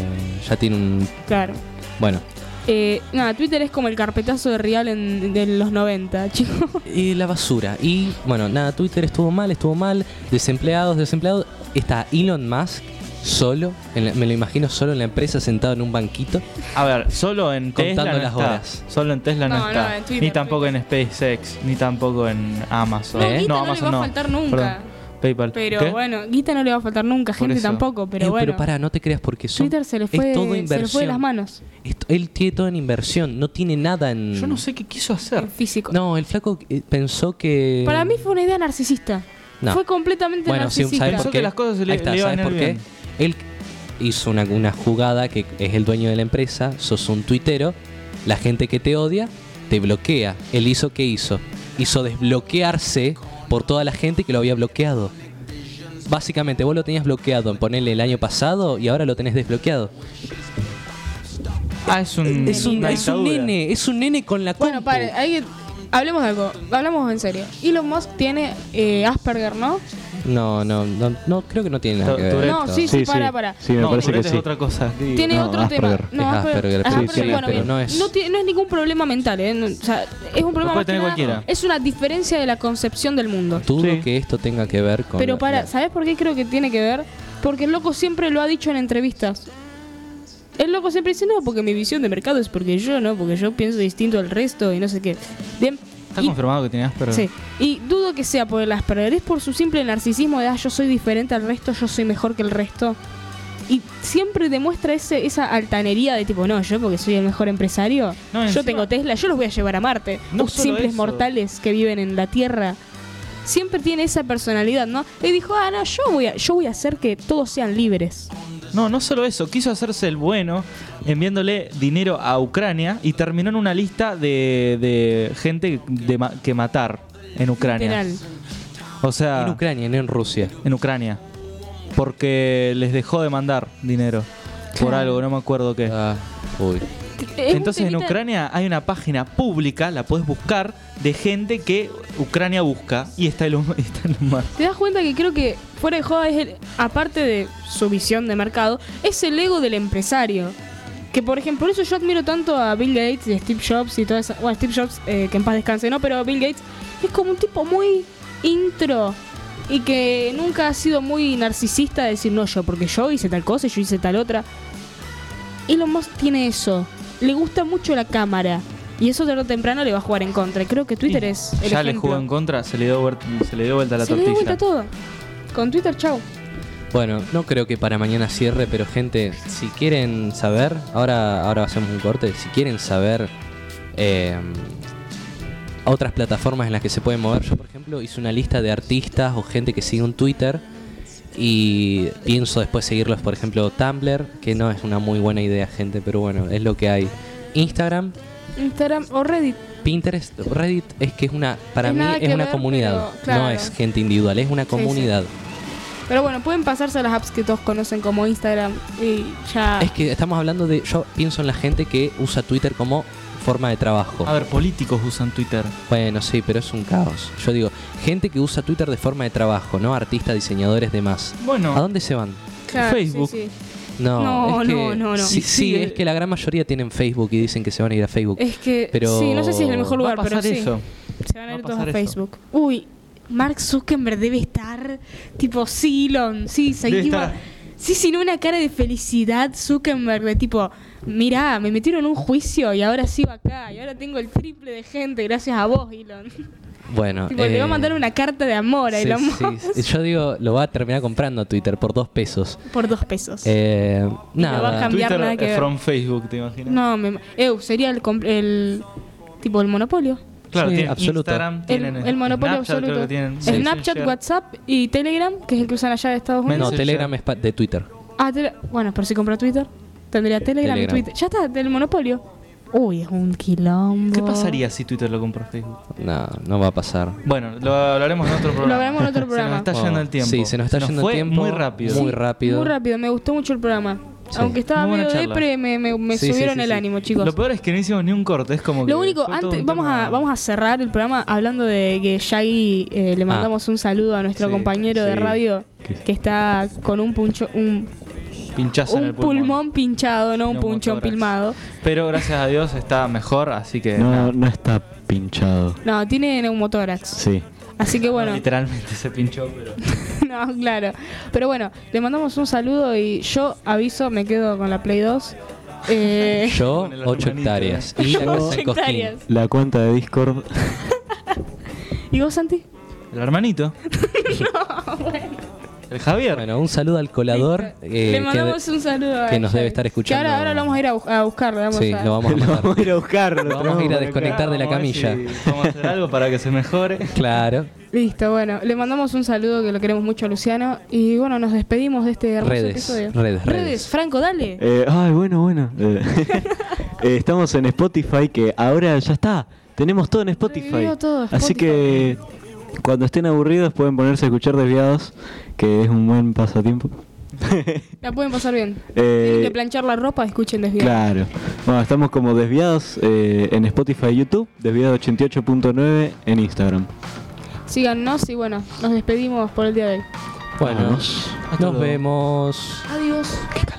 S1: ya tiene un...
S2: Claro.
S1: Bueno.
S2: Eh, nada, Twitter es como el carpetazo de Real en, de los 90, chicos.
S1: Y la basura. Y bueno, nada, Twitter estuvo mal, estuvo mal. Desempleados, desempleados. Está Elon Musk solo, en la- me lo imagino solo en la empresa, sentado en un banquito.
S4: A ver, solo en
S1: Contando
S4: Tesla no
S1: las
S4: está.
S1: horas.
S4: Solo en Tesla no,
S2: No, no,
S4: está.
S2: en Twitter,
S4: ni tampoco en SpaceX, ni tampoco en Amazon.
S1: No, ¿Eh?
S2: Guita
S4: No,
S2: no, le
S4: Amazon
S2: va
S4: no.
S2: a faltar nunca.
S4: Perdón. PayPal.
S2: Pero
S4: ¿Qué?
S2: bueno, Guita no le va a faltar nunca,
S4: Por
S2: gente
S4: eso.
S2: tampoco, pero
S1: Eh,
S2: bueno.
S1: pero pará, no te creas porque son-
S2: Twitter se le
S1: es
S2: fue,
S1: todo
S2: se le
S1: inversión.
S2: fue de las manos
S1: Esto- él tiene todo en inversión, no tiene nada en...
S4: Yo no sé qué quiso hacer.
S2: en físico.
S1: No, el flaco eh, pensó que...
S2: Para mí fue una idea narcisista.
S1: No.
S2: Fue completamente
S1: Bueno, sí,
S2: narcisista.
S1: ¿sabes
S4: Pensó
S1: por
S4: que
S1: qué?
S4: las cosas se le-
S1: Ahí está,
S4: le iban
S1: ¿sabes
S4: a ir
S1: por qué?
S4: bien.
S1: Él hizo una, una jugada que es el dueño de la empresa, sos un tuitero, la gente que te odia te bloquea. Él hizo qué hizo? Hizo desbloquearse por toda la gente que lo había bloqueado. Básicamente, vos lo tenías bloqueado en ponerle el año pasado y ahora lo tenés desbloqueado.
S4: Ah, es un.
S1: Es un,
S4: una
S1: es un
S4: dictadura.
S1: nene, es un nene con la
S2: Bueno, eh.
S1: compu.
S2: pare, hay que- hablemos de algo, hablamos en serio. Elon Musk tiene eh, Asperger, ¿no?
S1: No, no, no, no, creo que no tiene nada que ver.
S4: Tourette.
S2: No, sí, sí,
S3: Sí, sí.
S2: para, para.
S3: Sí, me
S4: No,
S3: parece que
S4: Tourette es
S3: sí.
S4: otra cosa. que-
S2: Tiene
S3: No,
S2: otro tema.
S3: Asperger.
S2: No,
S1: Es
S2: Asperger. Ah,
S1: Asperger,
S2: Asperger,
S1: sí, sí,
S2: bueno,
S1: pero
S2: bien.
S1: no es-
S2: tiene- no es ningún problema mental, ¿eh? No, o sea, es un problema
S4: puede
S2: más que
S4: tener
S2: nada-
S4: cualquiera.
S2: Es una diferencia de la concepción del mundo.
S1: Dudo
S3: Sí.
S1: que esto tenga que ver con.
S2: Pero
S1: la-
S2: para,
S1: la-
S2: ¿sabes por qué creo que tiene que ver? Porque el loco siempre lo ha dicho en entrevistas. El loco siempre dice, no, porque mi visión de mercado es porque yo, ¿no? Porque yo pienso distinto al resto y no sé qué. Bien.
S4: Está
S2: y-
S4: confirmado que tiene Asperger.
S2: Sí. Y dudo que sea por el Asperger, es por su simple narcisismo de, ah, yo soy diferente al resto, yo soy mejor que el resto. Y siempre demuestra ese, esa altanería de tipo, no, yo porque soy el mejor empresario,
S4: No,
S2: yo
S4: encima-
S2: tengo Tesla, yo los voy a llevar a Marte.
S4: No
S2: Los
S4: solo
S2: simples
S4: eso.
S2: mortales que viven en la Tierra. Siempre tiene esa personalidad, ¿no? Y dijo, ah, no, yo voy a, yo voy a hacer que todos sean libres.
S4: No, no solo eso, quiso hacerse el bueno enviándole dinero a Ucrania y terminó en una lista de, de gente de ma- que matar en Ucrania.
S2: Literal.
S4: O sea,
S1: En Ucrania, no en Rusia.
S4: en Ucrania. Porque les dejó de mandar dinero por
S2: Claro.
S4: algo, no me acuerdo qué.
S1: Ah, uy.
S2: Es un
S4: Entonces en
S2: temita-
S4: Ucrania hay una página pública, la puedes buscar, de gente que Ucrania busca y está el hum- y está el humano.
S2: Te das cuenta que creo que fuera de joda es el, aparte de su visión de mercado, es el ego del empresario. Que por ejemplo, por eso yo admiro tanto a Bill Gates y a Steve Jobs y toda esa. Bueno, Steve Jobs, eh, que en paz descanse, ¿no? Pero Bill Gates es como un tipo muy intro y que nunca ha sido muy narcisista de decir, no, yo, porque yo hice tal cosa y yo hice tal otra. Elon Musk tiene eso. Le gusta mucho la cámara. Y eso tarde o temprano le va a jugar en contra. Y Creo que Twitter
S4: Y
S2: es. El
S4: ya le
S2: ejemplo.
S4: jugó en contra, se le dio, vuelt- se le dio vuelta la
S2: Se le dio
S4: tortilla.
S2: vuelta todo. Con Twitter, chau.
S1: Bueno, no creo que para mañana cierre, pero gente, si quieren saber, ahora, ahora hacemos un corte, si quieren saber eh, otras plataformas en las que se pueden mover, yo por ejemplo hice una lista de artistas o gente que sigue en Twitter y pienso después seguirlos, por ejemplo, Tumblr, que no es una muy buena idea, gente, pero bueno, es lo que hay. Instagram,
S2: Instagram o Reddit.
S1: Pinterest, Reddit es que es una, para
S2: Es
S1: mí
S2: nada
S1: es
S2: que
S1: una
S2: ver,
S1: comunidad,
S2: pero, claro.
S1: no es gente individual, es una
S2: sí.
S1: comunidad.
S2: Pero bueno, pueden pasarse a las apps que todos conocen como Instagram y ya.
S1: Es que estamos hablando de. Yo pienso en la gente que usa Twitter como forma de trabajo.
S4: A ver, políticos usan Twitter.
S1: Bueno, sí, pero es un caos. Yo digo, gente que usa Twitter de forma de trabajo, no artistas, diseñadores, demás. ¿A
S4: Bueno,
S1: dónde se van?
S2: Claro, sí,
S4: Facebook.
S2: sí.
S1: No,
S2: No,
S1: es que,
S2: no, no, no.
S1: Sí, sí,
S4: Y sigue-
S1: es que la gran mayoría tienen Facebook y dicen que se van a ir a Facebook.
S2: Es que
S1: Pero-
S2: sí, no sé si es el mejor
S4: va a
S2: lugar, pero
S4: pasar
S2: sí.
S4: eso.
S2: Se van
S4: Va
S2: a
S4: a
S2: ir todos
S4: pasar
S2: a
S4: eso.
S2: Facebook. Uy, Mark Zuckerberg debe estar tipo sí, Elon, sí, seguimos.
S4: estar.
S2: Sí, sino una cara de felicidad Zuckerberg de tipo, mirá, me metieron en un juicio y ahora sigo acá y ahora tengo el triple de gente gracias a vos, Elon.
S1: Bueno,
S2: tipo, le va a
S1: eh,
S2: mandar una carta de amor a
S1: sí,
S2: Elon
S1: sí,
S2: Musk
S1: sí. Yo digo, lo va a terminar comprando a Twitter por dos pesos.
S2: por dos pesos.
S1: Eh,
S2: Y lo va a
S1: nada.
S2: cambiar
S4: Twitter
S2: nada que
S4: eh,
S2: ver.
S4: from Facebook, ¿te imaginas?
S2: No, me, eu, sería el, comp- el tipo el monopolio.
S4: Claro,
S1: Sí,
S4: tienen
S1: absoluto.
S4: Instagram,
S2: El,
S1: eh,
S4: tienen
S2: el monopolio
S4: Snapchat, creo
S2: absoluto.
S4: que tienen
S1: Sí.
S2: Snapchat,
S4: Messenger.
S2: WhatsApp y Telegram, que es el que usan allá de Estados Unidos.
S1: No,
S4: Messenger.
S1: Telegram es pa- de Twitter.
S2: Ah, tele- bueno, pero si compra Twitter, tendría Telegram, y
S1: Telegram.
S2: Twitter. Ya está, del monopolio. Uy, es un quilombo.
S4: ¿Qué pasaría si Twitter lo compra Facebook?
S1: No, no va a pasar.
S4: Bueno, lo hablaremos en otro programa.
S2: hablaremos en otro
S4: Se
S2: programa.
S4: nos está
S1: Bueno,
S4: yendo el tiempo.
S1: Oh. Sí, se nos está yendo
S4: fue
S1: el tiempo.
S4: Muy rápido.
S1: Muy
S2: Sí,
S1: rápido.
S2: Muy rápido, me gustó mucho el programa.
S1: Sí.
S2: Aunque estaba
S4: Muy buena
S2: medio
S4: charla.
S2: depre, me, me- me
S1: Sí, sí,
S2: subieron
S1: sí,
S2: el
S1: sí.
S2: ánimo, chicos.
S4: Lo peor es que no hicimos ni un corte, es como
S2: Lo
S4: que
S2: único,
S4: fue todo
S2: antes
S4: un
S2: vamos
S4: tema-
S2: a, vamos a cerrar el programa hablando de que Shaggy eh, le mandamos un saludo a nuestro
S4: Sí,
S2: compañero de
S3: sí.
S2: radio
S3: ¿Qué?
S2: que está con un puncho, un,
S4: pinchazo en
S2: un
S4: el
S2: pulmón.
S4: pulmón.
S2: pinchado, no un punchón
S4: Neumotórax.
S2: pilmado.
S4: Pero gracias a Dios está mejor, así que
S3: No,
S4: nada.
S3: no está pinchado.
S2: No, tiene neumotórax.
S3: Sí.
S2: Así
S4: Ah,
S2: que bueno,
S4: literalmente se pinchó, pero
S2: no, claro. Pero bueno, le mandamos un saludo y yo aviso, me quedo con la Play 2. Eh,
S1: Yo,
S4: Con el
S1: 8
S4: hermanito. eh.
S1: hectáreas. Y la
S2: ocho
S1: casa de Cosquín.
S2: hectáreas.
S3: La cuenta de Discord.
S2: ¿Y vos, Santi?
S4: el hermanito. El Javier.
S1: Bueno, un saludo al colador eh,
S2: le
S1: que,
S2: mandamos
S1: de-
S2: un saludo a
S1: que nos
S2: Shaggy.
S1: debe estar escuchando.
S2: Que ahora, ahora lo vamos a ir a, bu- a buscar. Vamos
S1: sí,
S2: a-
S1: lo vamos a
S3: Lo
S1: mandar.
S3: vamos a ir a buscar. lo
S1: Lo vamos
S3: traemos
S1: a ir a
S3: para acá.
S1: desconectar de la
S4: Vamos a ver
S1: camilla.
S4: si vamos a hacer algo para que se mejore.
S1: Claro.
S2: Listo, bueno, le mandamos un saludo que lo queremos mucho a Luciano y bueno, nos despedimos de este hermoso
S1: Redes,
S2: episodio.
S1: redes, redes.
S2: Franco, dale.
S3: Eh, ay, bueno, bueno. Eh, eh, estamos en Spotify, que ahora ya está. Tenemos todo en Spotify.
S2: Revivió todo,
S3: Así
S2: Spotify.
S3: que Cuando estén aburridos pueden ponerse a escuchar Desviados, que es un buen pasatiempo.
S2: La pueden pasar bien. Tienen
S3: Eh,
S2: que planchar la ropa, escuchen desviado.
S3: claro. Bueno, estamos como Desviados eh, en Spotify y YouTube, Desviado88.9 en Instagram.
S2: Síganos y bueno, nos despedimos por el día de hoy.
S1: Bueno,
S3: Vámonos. Hasta
S1: nos
S3: luego.
S1: vemos.
S2: Adiós.